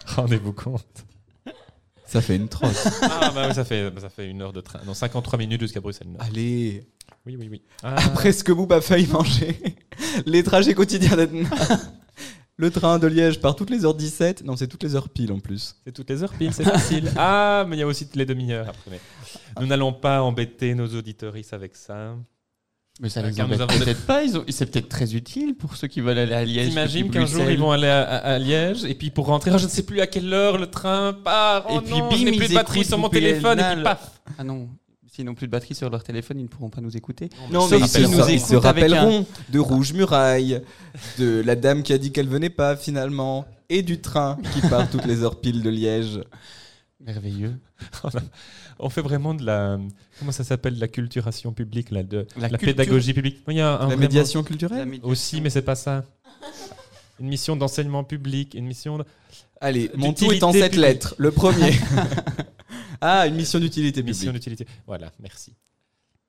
Speaker 3: Rendez-vous compte.
Speaker 5: Ça fait une trosse.
Speaker 3: Ah, bah oui, ça fait, ça fait une heure de train. Non, 53 minutes jusqu'à Bruxelles. Nord.
Speaker 5: Allez.
Speaker 3: Oui, oui, oui. Ah,
Speaker 5: Après ce que Booba a failli manger, les trajets quotidiens d'Edna. Le train de Liège part toutes les heures 17. Non, c'est toutes les heures pile en plus.
Speaker 3: C'est toutes les heures pile, c'est facile. ah, mais il y a aussi les demi-heures après. mais Nous n'allons pas embêter nos auditoristes avec ça.
Speaker 4: Mais ça
Speaker 3: Euh,
Speaker 4: les
Speaker 3: car nous
Speaker 4: embête
Speaker 3: avons des-
Speaker 4: peut-être pas. Ils ont- C'est peut-être très utile pour ceux qui veulent aller à Liège.
Speaker 3: J'imagine
Speaker 4: depuis
Speaker 3: qu'un jour
Speaker 4: Bruxelles.
Speaker 3: ils vont aller à, à- à Liège et puis pour rentrer, oh, je ne sais plus à quelle heure le train part. Oh
Speaker 4: Et puis,
Speaker 3: non, je
Speaker 4: bim,
Speaker 3: n'ai
Speaker 4: ils
Speaker 3: plus de batterie
Speaker 4: écoutent
Speaker 3: sur mon
Speaker 4: Poupée
Speaker 3: téléphone et
Speaker 4: Elna,
Speaker 3: puis
Speaker 4: le-
Speaker 3: paf.
Speaker 4: Ah non, s'ils n'ont plus de batterie sur leur téléphone, ils ne pourront pas nous écouter.
Speaker 5: Non,
Speaker 4: mais
Speaker 5: mais
Speaker 4: ils
Speaker 5: ils
Speaker 4: se- nous
Speaker 5: se, ils
Speaker 4: écoutent
Speaker 5: se
Speaker 4: avec
Speaker 5: rappelleront de Rouge Muraille, de la dame qui a dit qu'elle venait pas finalement, et du train qui part toutes les heures pile de Liège.
Speaker 4: Merveilleux.
Speaker 3: On, a- on fait vraiment de la comment ça s'appelle de la culturation publique là, de la,
Speaker 4: La culture-
Speaker 3: pédagogie publique. Il y a un- un
Speaker 5: La
Speaker 3: vraiment-
Speaker 5: médiation culturelle
Speaker 3: aussi, mais c'est pas ça. Une mission d'enseignement public, une mission. de-
Speaker 5: Allez, mon tout
Speaker 3: D'utilité
Speaker 5: est en sept
Speaker 3: publique.
Speaker 5: lettres. Le premier. ah, une mission d'utilité
Speaker 3: mission
Speaker 5: publique.
Speaker 3: d'utilité. Voilà, merci.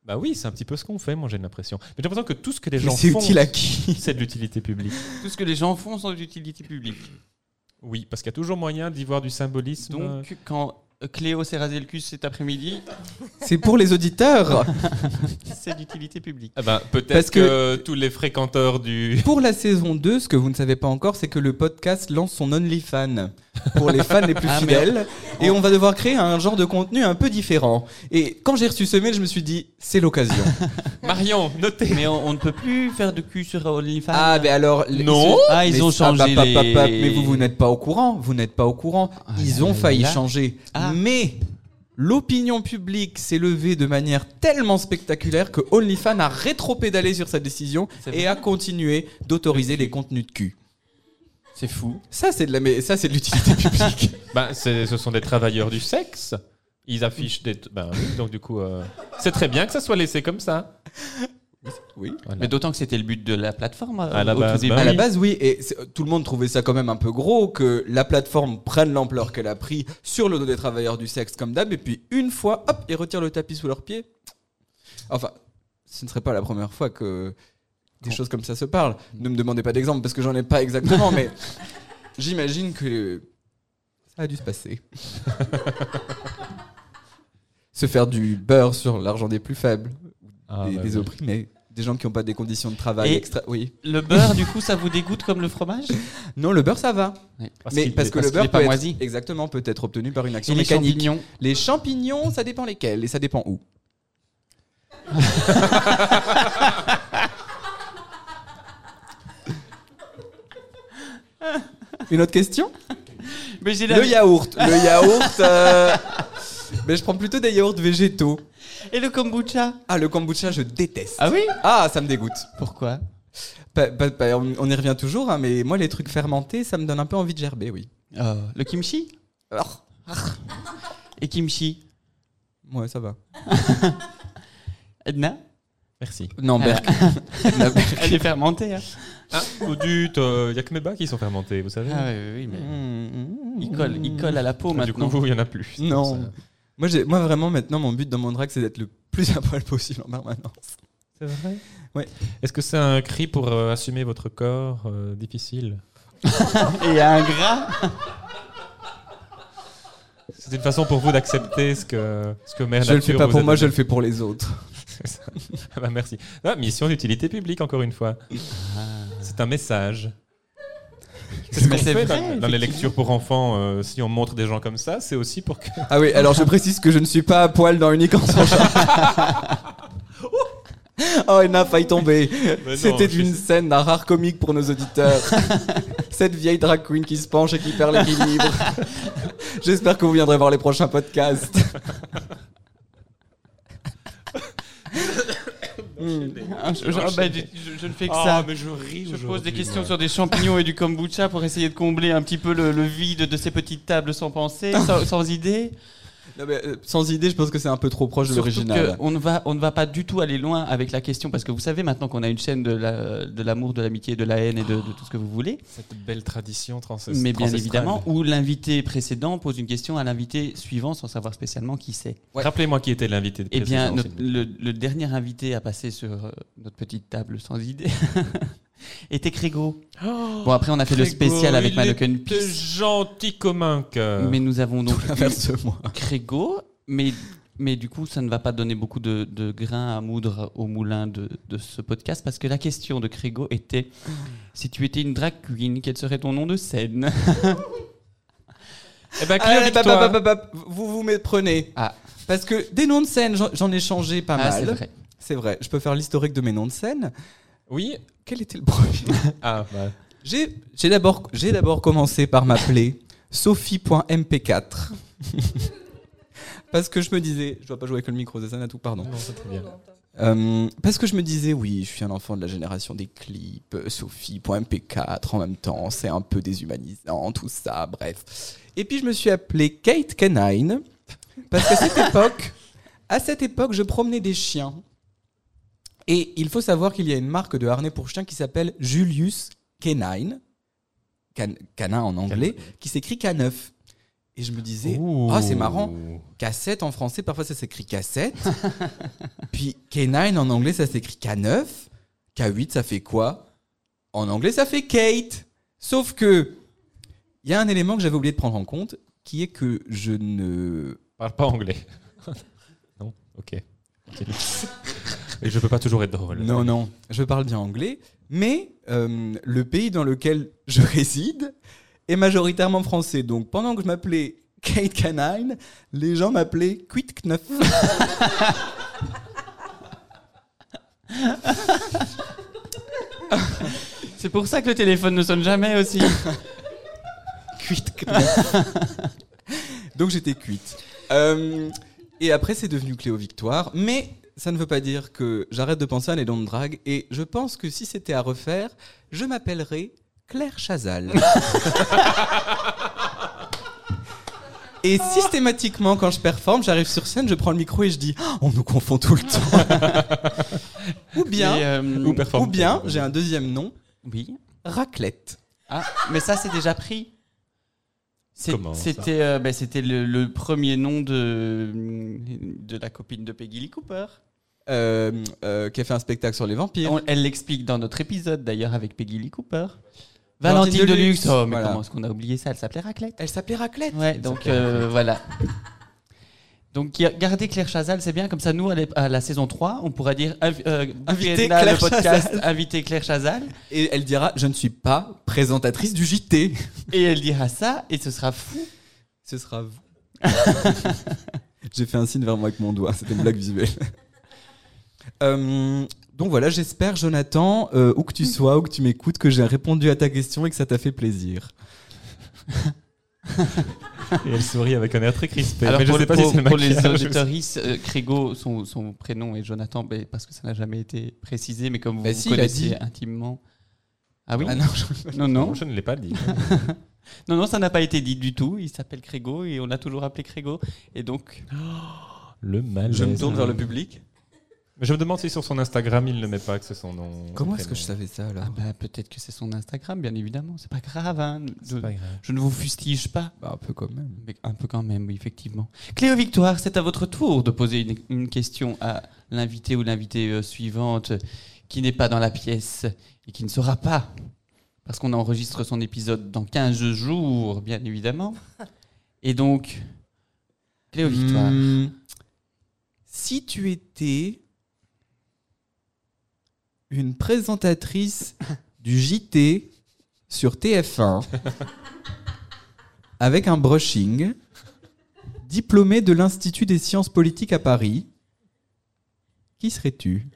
Speaker 3: Bah oui, c'est un petit peu ce qu'on fait. Moi, j'ai l'impression. Mais j'ai l'impression que tout ce que les
Speaker 5: Mais
Speaker 3: gens
Speaker 5: c'est
Speaker 3: font,
Speaker 5: utile à qui
Speaker 3: c'est de l'utilité publique.
Speaker 4: Tout ce que les gens font sans utilité publique.
Speaker 3: Oui, parce qu'il y a toujours moyen d'y voir du symbolisme. euh,
Speaker 4: Donc, quand euh, Cléo s'est rasé le cul cet après-midi,
Speaker 5: C'est pour les auditeurs.
Speaker 4: c'est d'utilité publique.
Speaker 3: ah bah, peut-être
Speaker 5: parce
Speaker 3: que... tous les fréquenteurs du.
Speaker 5: Pour la saison 2, ce que vous ne savez pas encore, c'est que le podcast lance son OnlyFan pour les fans les plus
Speaker 4: Ah,
Speaker 5: fidèles. Et on va devoir créer un genre de contenu un peu différent. Et quand j'ai reçu ce mail, je me suis dit, c'est l'occasion.
Speaker 3: Marion, notez.
Speaker 4: Mais on, on ne peut plus faire de cul sur OnlyFans.
Speaker 5: ah, mais alors. les-
Speaker 4: Non.
Speaker 5: ce-
Speaker 4: Ah, ils
Speaker 5: mais-
Speaker 4: ont changé
Speaker 5: bah, bah, bah,
Speaker 4: les-
Speaker 5: bah, Mais vous, vous n'êtes pas au courant. Vous n'êtes pas au courant.
Speaker 4: Ah
Speaker 5: ils
Speaker 4: là
Speaker 5: ont
Speaker 4: là
Speaker 5: failli
Speaker 4: là.
Speaker 5: changer.
Speaker 4: Ah.
Speaker 5: Mais. L'opinion publique s'est levée de manière tellement spectaculaire que OnlyFans a rétropédalé sur sa décision
Speaker 4: C'est vrai.
Speaker 5: et a continué d'autoriser les contenus de cul.
Speaker 4: C'est fou.
Speaker 5: Ça, c'est de la, mais ça, c'est de l'utilité publique.
Speaker 3: Bah, c'est- ce sont des travailleurs du sexe. Ils affichent des. Ben oui, donc du coup, euh, c'est très bien que ça soit laissé comme ça.
Speaker 5: Oui.
Speaker 3: Voilà.
Speaker 4: Mais d'autant que c'était le but de la plateforme euh,
Speaker 3: À la
Speaker 4: au
Speaker 3: base,
Speaker 4: tout début.
Speaker 3: bah oui.
Speaker 5: À la base, oui, et c'est- euh, tout le monde trouvait ça quand même un peu gros que la plateforme prenne l'ampleur qu'elle a pris sur le dos des travailleurs du sexe comme d'hab, et puis une fois, hop, ils retirent le tapis sous leurs pieds. Enfin, ce ne serait pas la première fois que des choses comme ça se parlent.
Speaker 3: Mm.
Speaker 5: Ne me demandez pas d'exemple parce que j'en ai pas exactement, mais j'imagine que ça a dû se passer. se faire du beurre sur l'argent des plus faibles,
Speaker 3: Ah,
Speaker 5: des,
Speaker 3: bah
Speaker 5: des
Speaker 3: oui.
Speaker 5: opprimés, des gens qui n'ont pas des conditions de travail
Speaker 4: Et-
Speaker 5: extra. Oui.
Speaker 4: Le beurre, du coup, ça vous dégoûte comme le fromage
Speaker 5: Non, le beurre, ça va.
Speaker 3: Parce
Speaker 5: mais
Speaker 3: qu'il-
Speaker 5: parce que
Speaker 4: parce
Speaker 5: le
Speaker 4: Ah, qu'il est
Speaker 5: beurre
Speaker 4: pas
Speaker 5: peut être,
Speaker 4: moisi.
Speaker 5: exactement peut être obtenu par une action
Speaker 4: Et les
Speaker 5: mécanique.
Speaker 4: champignons
Speaker 5: les champignons, ça dépend lesquels et ça dépend où. une autre question
Speaker 4: Mais j'ai la...
Speaker 5: Le yaourt. Le yaourt. euh, Mais je prends plutôt des yaourts végétaux.
Speaker 4: Et le kombucha
Speaker 5: Ah, le kombucha, je déteste.
Speaker 4: Ah oui
Speaker 5: Ah, ça me dégoûte.
Speaker 4: Pourquoi
Speaker 5: Pa- pa- pa- on, on y revient toujours, hein, mais moi, les trucs fermentés, ça me donne un peu envie de gerber, oui.
Speaker 4: Euh, Le kimchi
Speaker 5: Arr.
Speaker 4: Et kimchi
Speaker 5: Ouais, ça va.
Speaker 4: Edna
Speaker 3: Merci.
Speaker 5: Non, Berk. La Berk.
Speaker 4: Elle est fermentée. Hein.
Speaker 3: Ah, du il y a que mes bas qui sont fermentés, vous savez.
Speaker 4: Ah oui, oui, oui,
Speaker 5: Mmh,
Speaker 4: mais il
Speaker 5: Mm.
Speaker 4: colle, il colle à la peau
Speaker 3: Ah, du
Speaker 4: maintenant.
Speaker 3: coup, il y en a plus.
Speaker 5: Non. Moi, j'ai- moi, vraiment, maintenant, mon but dans mon drag, c'est d'être le plus à poil possible en permanence.
Speaker 3: C'est vrai
Speaker 5: Ouais.
Speaker 3: Est-ce que c'est un cri pour euh, assumer votre corps euh, difficile
Speaker 4: Et il y a un gras.
Speaker 3: C'est une façon pour vous d'accepter ce que, ce que Mère
Speaker 5: je le fais
Speaker 3: Nature
Speaker 5: pas
Speaker 3: vous
Speaker 5: pour
Speaker 3: a
Speaker 5: moi, je
Speaker 3: donné.
Speaker 5: le fais pour les autres.
Speaker 3: C'est ça. Ah bah, merci. Ah, mission d'utilité publique, encore une fois.
Speaker 5: Ah.
Speaker 3: C'est un message. C'est ce
Speaker 4: Mais
Speaker 3: qu'on
Speaker 4: c'est
Speaker 3: fait
Speaker 4: vrai,
Speaker 3: dans- dans, les
Speaker 4: effectivement.
Speaker 3: lectures pour enfants. euh, si on montre des gens comme ça, c'est aussi pour que.
Speaker 5: Ah oui, alors je précise que je ne suis pas à poil dans Unique en son char. Oh, il n'a failli tomber.
Speaker 3: Mais
Speaker 5: C'était
Speaker 3: non, je
Speaker 5: une
Speaker 3: sais.
Speaker 5: scène d'un rare comique pour nos auditeurs. Cette vieille drag queen qui se penche et qui perd l'équilibre. J'espère que vous viendrez voir les prochains podcasts.
Speaker 4: Ah, je, je- ah, bah, je- je- je ne fais bah, que
Speaker 3: Ah,
Speaker 4: ça.
Speaker 3: mais je ris.
Speaker 4: Je pose
Speaker 3: aujourd'hui,
Speaker 4: des questions
Speaker 3: moi.
Speaker 4: sur des champignons et du kombucha pour essayer de combler un petit peu le, le vide de ces petites tables sans pensée, sans, sans idée.
Speaker 5: Non, mais, euh, sans idée, je pense que c'est un peu trop proche de
Speaker 4: Surtout
Speaker 5: l'original.
Speaker 4: qu'on ne va, on ne va pas du tout aller loin avec la question parce que vous savez maintenant qu'on a une chaîne de la- de l'amour, de l'amitié, de la haine et de, de tout ce que vous voulez.
Speaker 3: Cette belle tradition trans
Speaker 4: Mais bien
Speaker 3: ancestrale.
Speaker 4: évidemment, où l'invité précédent pose une question à l'invité suivant sans savoir spécialement qui c'est.
Speaker 5: Ouais.
Speaker 3: Rappelez-moi qui était l'invité de
Speaker 4: Eh bien,
Speaker 3: précédent,
Speaker 4: notre-
Speaker 3: s'il vous plaît.
Speaker 4: le, le dernier invité à passer sur euh, notre petite table sans idée était Crégo.
Speaker 3: Oh,
Speaker 4: bon, après, on a fait le spécial
Speaker 3: Grégo,
Speaker 4: avec
Speaker 3: il
Speaker 4: Maloken
Speaker 3: était gentil comme un cœur.
Speaker 4: mais nous avons donc
Speaker 5: Inverse-moi.
Speaker 4: Crégo, mais, mais du coup, ça ne va pas donner beaucoup de, de grains à moudre au moulin de, de ce podcast, parce que la question de Crégo était si tu étais une drag queen, quel serait ton nom de scène
Speaker 3: Eh ben, Cléo,
Speaker 5: Ah, bah,
Speaker 3: dis-toi.
Speaker 5: bah, bah, bah, bah, vous vous méprenez.
Speaker 4: Ah.
Speaker 5: Parce que des noms de scène, j'en- j'en ai changé pas
Speaker 4: Ah,
Speaker 5: mal.
Speaker 4: c'est vrai.
Speaker 5: C'est vrai, je peux faire l'historique de mes noms de scène.
Speaker 3: Oui.
Speaker 5: Quel était le premier
Speaker 3: Ah, bah.
Speaker 5: J'ai j'ai d'abord j'ai d'abord commencé par m'appeler Sophie.mp4. parce que je me disais, je dois pas jouer avec le micro, c'est ça Natou, pardon.
Speaker 3: Non, c'est très bien.
Speaker 5: Euh, parce que je me disais, oui, je suis un enfant de la génération des clips, euh, Sophie.mp4 en même temps, c'est un peu déshumanisant, tout ça, bref. Et puis je me suis appelé Kate Canine, parce qu'à cette époque, à cette époque, je promenais des chiens. Et il faut savoir qu'il y a une marque de harnais pour chiens qui s'appelle Julius Canine, can- canin en anglais, qui s'écrit K9. Et je me disais, ah, c'est marrant, cassette en français, parfois ça s'écrit cassette. Puis K9 en anglais, ça s'écrit K9. K8, ça fait quoi En anglais, ça fait Kate. Sauf que, il y a un élément que j'avais oublié de prendre en compte, qui est que je ne.
Speaker 3: Parle pas anglais. non, ok. Ok. Et je peux pas toujours être drôle.
Speaker 5: Non, non, je parle bien anglais, mais euh, le pays dans lequel je réside est majoritairement français. Donc pendant que je m'appelais Kate Canine, les gens m'appelaient Quitkneuf.
Speaker 4: C'est pour ça que le téléphone ne sonne jamais aussi.
Speaker 5: Donc j'étais cuite. Euh, et après, c'est devenu Cléo Victoire. Mais ça ne veut pas dire que j'arrête de penser à les dons de drague. Et je pense que si c'était à refaire, je m'appellerais Claire Chazal. Et systématiquement, quand je performe, j'arrive sur scène, je prends le micro et je dis Ah, On nous confond tout le temps. ou
Speaker 4: Mais,
Speaker 5: bien,
Speaker 4: euh,
Speaker 3: Ou performe.
Speaker 5: ou bien j'ai un deuxième nom
Speaker 4: Oui.
Speaker 5: Raclette.
Speaker 4: Ah, mais ça, c'est déjà pris. C'est-
Speaker 3: Comment, ça
Speaker 4: C'était euh, ben, c'était le, le premier nom de, de la copine de Peggy Lee Cooper.
Speaker 5: Euh, euh, qui a fait un spectacle sur les vampires.
Speaker 4: On- elle l'explique dans notre épisode d'ailleurs avec Peggy Lee Cooper.
Speaker 5: Valentine
Speaker 4: Valentine
Speaker 5: Deluxe.
Speaker 4: Deluxe. Oh, mais
Speaker 5: Voilà.
Speaker 4: comment est-ce qu'on a oublié ça Elle s'appelait Raclette.
Speaker 5: Elle s'appelait Raclette.
Speaker 4: Ouais, donc euh, voilà. Donc qui- gardez Claire Chazal, c'est bien comme ça. Nous à l'ép- à la saison 3, on pourra dire invi- euh,
Speaker 5: Invitez
Speaker 4: Vienna,
Speaker 5: Claire
Speaker 4: le podcast, invité Claire Chazal,
Speaker 5: Et elle dira Je ne suis pas présentatrice du JT.
Speaker 4: et elle dira ça, et ce sera fou.
Speaker 5: Ce sera vous. J'ai fait un signe vers moi avec mon doigt, c'était une blague visuelle. Euh, donc voilà, j'espère, Jonathan, euh, où que tu sois, où que tu m'écoutes, que j'ai répondu à ta question et que ça t'a fait plaisir.
Speaker 3: Et elle sourit avec un air très crispé.
Speaker 4: Alors
Speaker 3: Mais je
Speaker 4: pour,
Speaker 3: sais
Speaker 4: le-
Speaker 3: pas
Speaker 4: pour-
Speaker 3: si c'est le
Speaker 4: pour les
Speaker 3: maquillage.
Speaker 4: auditeurs, euh, Crégo, son, son prénom est Jonathan, ben, parce que ça n'a jamais été précisé, mais comme vous,
Speaker 5: Bah
Speaker 4: vous
Speaker 5: si, il a
Speaker 4: connaissez
Speaker 5: dit.
Speaker 4: intimement. Ah oui
Speaker 5: Ah non, je-
Speaker 4: non, non,
Speaker 3: Je ne l'ai pas dit.
Speaker 4: non, non, ça n'a pas été dit du tout. Il s'appelle Crégo et on l'a toujours appelé Crégo. Et donc,
Speaker 3: Le
Speaker 4: Ah,
Speaker 3: mal.
Speaker 6: Je me tourne vers le public.
Speaker 3: Je me demande si sur son Instagram il ne met pas que c'est son nom.
Speaker 5: Comment
Speaker 3: son
Speaker 5: est-ce que je
Speaker 3: prénom.
Speaker 5: savais ça alors
Speaker 4: ah ben, peut-être que c'est son Instagram, bien évidemment. C'est pas grave. hein. Je,
Speaker 3: C'est pas grave.
Speaker 4: je ne vous fustige pas.
Speaker 5: Bah, un peu quand même.
Speaker 4: Mais un peu quand même, oui, effectivement. Cléo Victoire, c'est à votre tour de poser une, une question à l'invité ou l'invitée euh, suivante qui n'est pas dans la pièce et qui ne sera pas, parce qu'on enregistre son épisode dans 15 jours, bien évidemment. Et donc, Cléo Victoire,
Speaker 5: Hmm. Si tu étais une présentatrice du JT sur TF1 avec un brushing, diplômée de l'Institut des sciences politiques à Paris, qui serais-tu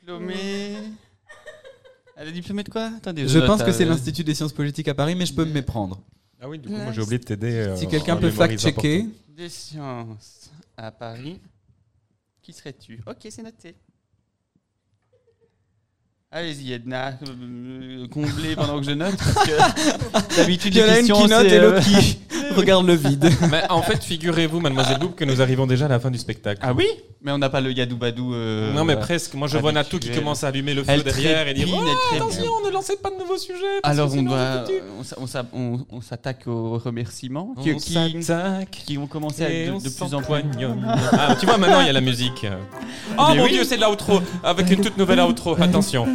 Speaker 4: diplômée. Elle est diplômée de quoi Attendez,
Speaker 5: Je pense
Speaker 4: note,
Speaker 5: que c'est
Speaker 4: euh,
Speaker 5: l'Institut des sciences politiques à Paris, mais je peux me méprendre.
Speaker 3: Ah oui, du coup, moi j'ai oublié de t'aider. euh,
Speaker 5: Si quelqu'un
Speaker 3: en
Speaker 5: peut
Speaker 3: mémorise
Speaker 5: fact-checker,
Speaker 4: des sciences à Paris. Qui serais-tu Ok, c'est noté. Allez-y, Edna, euh, comblez pendant que je note. Parce que d'habitude,
Speaker 5: il y en
Speaker 4: les
Speaker 5: a une
Speaker 4: questions,
Speaker 5: qui note
Speaker 4: c'est,
Speaker 5: et
Speaker 4: euh,
Speaker 5: l'autre qui regarde le vide.
Speaker 3: Mais en fait, figurez-vous, mademoiselle Boub, que nous arrivons déjà à la fin du spectacle.
Speaker 4: Ah oui Mais on n'a pas le Yadoubadou. euh,
Speaker 3: non, mais
Speaker 4: euh,
Speaker 3: presque. Moi, je
Speaker 4: Ah,
Speaker 3: vois
Speaker 4: des
Speaker 3: Natou qui
Speaker 4: sujets.
Speaker 3: commence à allumer le feu
Speaker 4: Elle
Speaker 3: derrière et dire
Speaker 4: trépine,
Speaker 3: Oh,
Speaker 4: elle trépine.
Speaker 3: Attention, ne lancez pas de nouveaux sujets. parce
Speaker 4: Alors,
Speaker 3: que
Speaker 4: on,
Speaker 3: sinon,
Speaker 4: doit,
Speaker 3: je vous tue.
Speaker 4: on, s'a- on s'a- on- on s'attaque aux remerciements qui,
Speaker 3: On
Speaker 4: qui-
Speaker 3: s'attaque.
Speaker 4: qui ont commencé à être de, de plus en plus.
Speaker 3: Ah, tu vois, maintenant il y a la musique. Oh mon dieu, c'est de l'outro avec une toute nouvelle outro. Attention.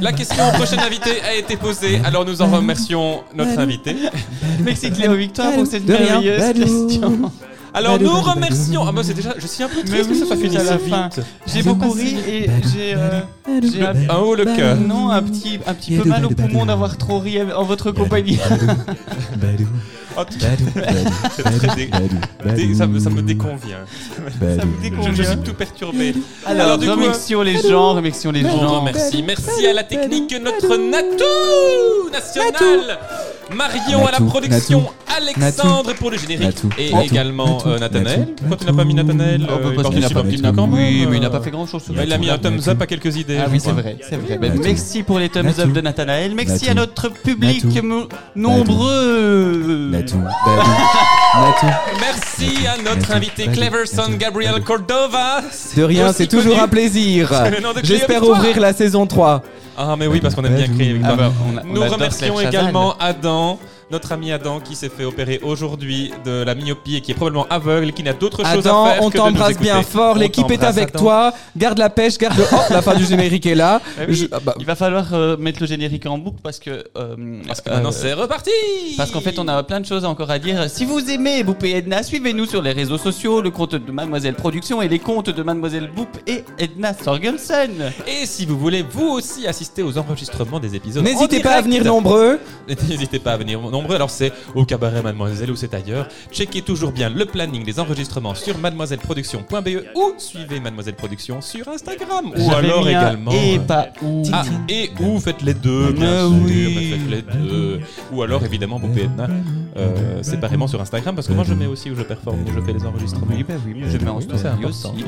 Speaker 3: La question au prochain invité a été posée, alors nous en remercions notre invité.
Speaker 4: Merci Cléo Victoire pour cette
Speaker 5: De rien,
Speaker 4: merveilleuse
Speaker 5: Badou.
Speaker 4: question.
Speaker 3: Alors nous remercions. Ah, moi, c'est déjà. Je suis un peu triste que ça soit fini
Speaker 4: à
Speaker 3: si
Speaker 4: la fin.
Speaker 3: vite.
Speaker 4: J'ai beaucoup ri et j'ai. euh, j'ai un-
Speaker 3: Un haut le
Speaker 4: Bah
Speaker 3: cœur.
Speaker 4: Non, un petit, un petit peu mal au poumon d'avoir trop ri en votre compagnie.
Speaker 3: En tout cas, c'est très dé- dé- ça, me, ça me déconvient.
Speaker 4: Ça me
Speaker 3: Je, je suis
Speaker 4: déconvient.
Speaker 3: tout perturbé.
Speaker 4: Alors,
Speaker 3: du coup,
Speaker 4: remercions les gens, remercions les
Speaker 3: On
Speaker 4: gens.
Speaker 3: remercie. Merci à
Speaker 4: Bah
Speaker 3: la technique, notre Natou national. Marion à la
Speaker 5: Natou,
Speaker 3: production,
Speaker 5: Natou,
Speaker 3: Alexandre pour le générique
Speaker 5: Natou,
Speaker 3: et
Speaker 5: Natou,
Speaker 3: également
Speaker 5: Natou,
Speaker 3: euh, Nathanaël.
Speaker 5: Natou,
Speaker 3: Pourquoi tu n'as pas mis Nathanaël
Speaker 4: Oh,
Speaker 3: euh,
Speaker 4: bah,
Speaker 3: il
Speaker 4: parce qu'il n'a
Speaker 3: participe
Speaker 4: pas
Speaker 3: un petit
Speaker 4: fait
Speaker 3: peu quand
Speaker 4: grand-
Speaker 3: même,
Speaker 4: Oui, mais il n'a
Speaker 3: euh,
Speaker 4: pas fait grand chose sur
Speaker 3: bah, Il a mis un thumbs up à quelques idées.
Speaker 4: Ah
Speaker 3: je
Speaker 4: oui,
Speaker 3: crois.
Speaker 4: c'est vrai, c'est vrai. Ben,
Speaker 5: Natou.
Speaker 4: merci pour les thumbs up
Speaker 5: Natou.
Speaker 4: de Nathanaël. Merci
Speaker 5: Natou.
Speaker 4: à notre public
Speaker 5: Natou.
Speaker 4: mo- nombreux.
Speaker 5: Natou, Badou, Natou.
Speaker 3: Merci à notre
Speaker 5: Natou,
Speaker 3: invité
Speaker 5: Natou,
Speaker 3: Cleverson
Speaker 5: Natou,
Speaker 3: Gabriel
Speaker 5: Natou.
Speaker 3: Cordova.
Speaker 5: De rien,
Speaker 3: Aussi
Speaker 5: c'est toujours
Speaker 3: connu.
Speaker 5: un plaisir.
Speaker 3: le nom de Cléo
Speaker 5: Ah. J'espère
Speaker 3: Victoire.
Speaker 5: ouvrir la saison 3.
Speaker 3: Ah mais oui, parce qu'on aime bien créer avec
Speaker 4: Ah
Speaker 3: toi.
Speaker 4: bah, on a- on
Speaker 3: Nous
Speaker 4: adore
Speaker 3: remercions
Speaker 4: Claire Chazal.
Speaker 3: également Adam, notre ami Adam qui s'est fait opérer aujourd'hui de la myopie et qui est probablement aveugle, qui n'a d'autre chose
Speaker 5: Adam,
Speaker 3: à faire
Speaker 5: on
Speaker 3: que de nous
Speaker 5: t'embrasse bien
Speaker 3: écouter.
Speaker 5: fort,
Speaker 3: On
Speaker 5: l'équipe est
Speaker 3: t'embrasse,
Speaker 5: avec
Speaker 3: Adam.
Speaker 5: toi. Garde la pêche, garde le... Hop, la fin du générique est là.
Speaker 4: Ah oui,
Speaker 5: Je- ah bah,
Speaker 4: Il va falloir euh, mettre le générique en boucle parce que. euh,
Speaker 3: Parce que
Speaker 4: euh,
Speaker 3: maintenant c'est reparti
Speaker 4: Parce qu'en fait, on a plein de choses encore à dire. Si vous aimez Boop et Edna, suivez-nous sur les réseaux sociaux, le compte de Mademoiselle Production et les comptes de Mademoiselle Boop et Edna Sorgensen.
Speaker 3: Et si vous voulez vous aussi assister aux enregistrements des épisodes,
Speaker 5: N'hésitez
Speaker 3: en
Speaker 5: pas à
Speaker 3: direct,
Speaker 5: venir nombreux.
Speaker 3: N'hésitez pas à venir nombreux. Alors c'est au cabaret Mademoiselle ou c'est ailleurs. Checkez toujours bien le planning des enregistrements sur mademoiselleproduction.be E ou suivez Mademoiselle Production sur Instagram ou
Speaker 4: J'avais
Speaker 3: alors
Speaker 4: mis un
Speaker 3: également.
Speaker 4: Et pas où.
Speaker 3: Ah, et ou faites les deux,
Speaker 4: Mais
Speaker 3: bien sûr,
Speaker 4: oui.
Speaker 3: mais faites les deux. Ou alors évidemment Bob et Edna euh, séparément sur Instagram parce que moi je mets aussi où je performe, où je fais les enregistrements.
Speaker 4: Oui, bah oui, mais je mets en
Speaker 3: Oui,
Speaker 4: story
Speaker 3: c'est important.
Speaker 4: aussi.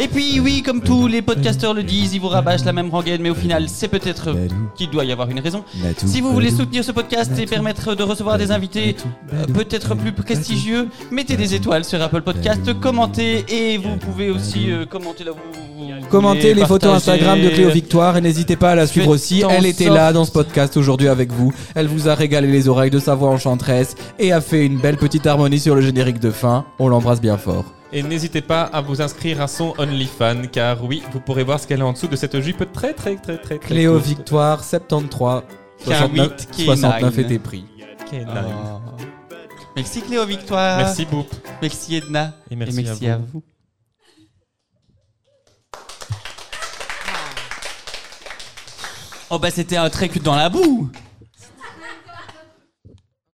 Speaker 4: Et puis, oui, comme tous les podcasteurs le disent, ils vous rabâchent la même rengaine, mais au final, c'est peut-être qu'il doit y avoir une raison. Si vous voulez soutenir ce podcast et permettre de recevoir des invités euh, peut-être plus prestigieux, mettez des étoiles sur Apple Podcast, commentez et vous pouvez aussi euh, commenter là où vous voulez,
Speaker 5: Commentez les photos
Speaker 4: partager.
Speaker 5: Instagram de Cléo Victoire et n'hésitez pas à la suivre
Speaker 4: Faites
Speaker 5: aussi.
Speaker 4: en
Speaker 5: Elle était
Speaker 4: sorte.
Speaker 5: là dans ce podcast aujourd'hui avec vous. Elle vous a régalé les oreilles de sa voix enchanteresse et a fait une belle petite harmonie sur le générique de fin. On l'embrasse bien fort.
Speaker 3: Et n'hésitez pas à vous inscrire à son OnlyFans car oui, vous pourrez voir ce qu'elle a en dessous de cette jupe très très très très, très
Speaker 5: Cléo
Speaker 3: courte.
Speaker 5: Victoire 73 69,
Speaker 4: 48, qui est
Speaker 5: 69
Speaker 4: nine.
Speaker 5: était pris.
Speaker 3: Quelle
Speaker 4: Oh.
Speaker 3: dingue.
Speaker 4: Merci Cléo Victoire.
Speaker 3: Merci Boop.
Speaker 4: Merci Edna.
Speaker 3: Et merci à
Speaker 4: à vous. Oh bah c'était un trek dans la boue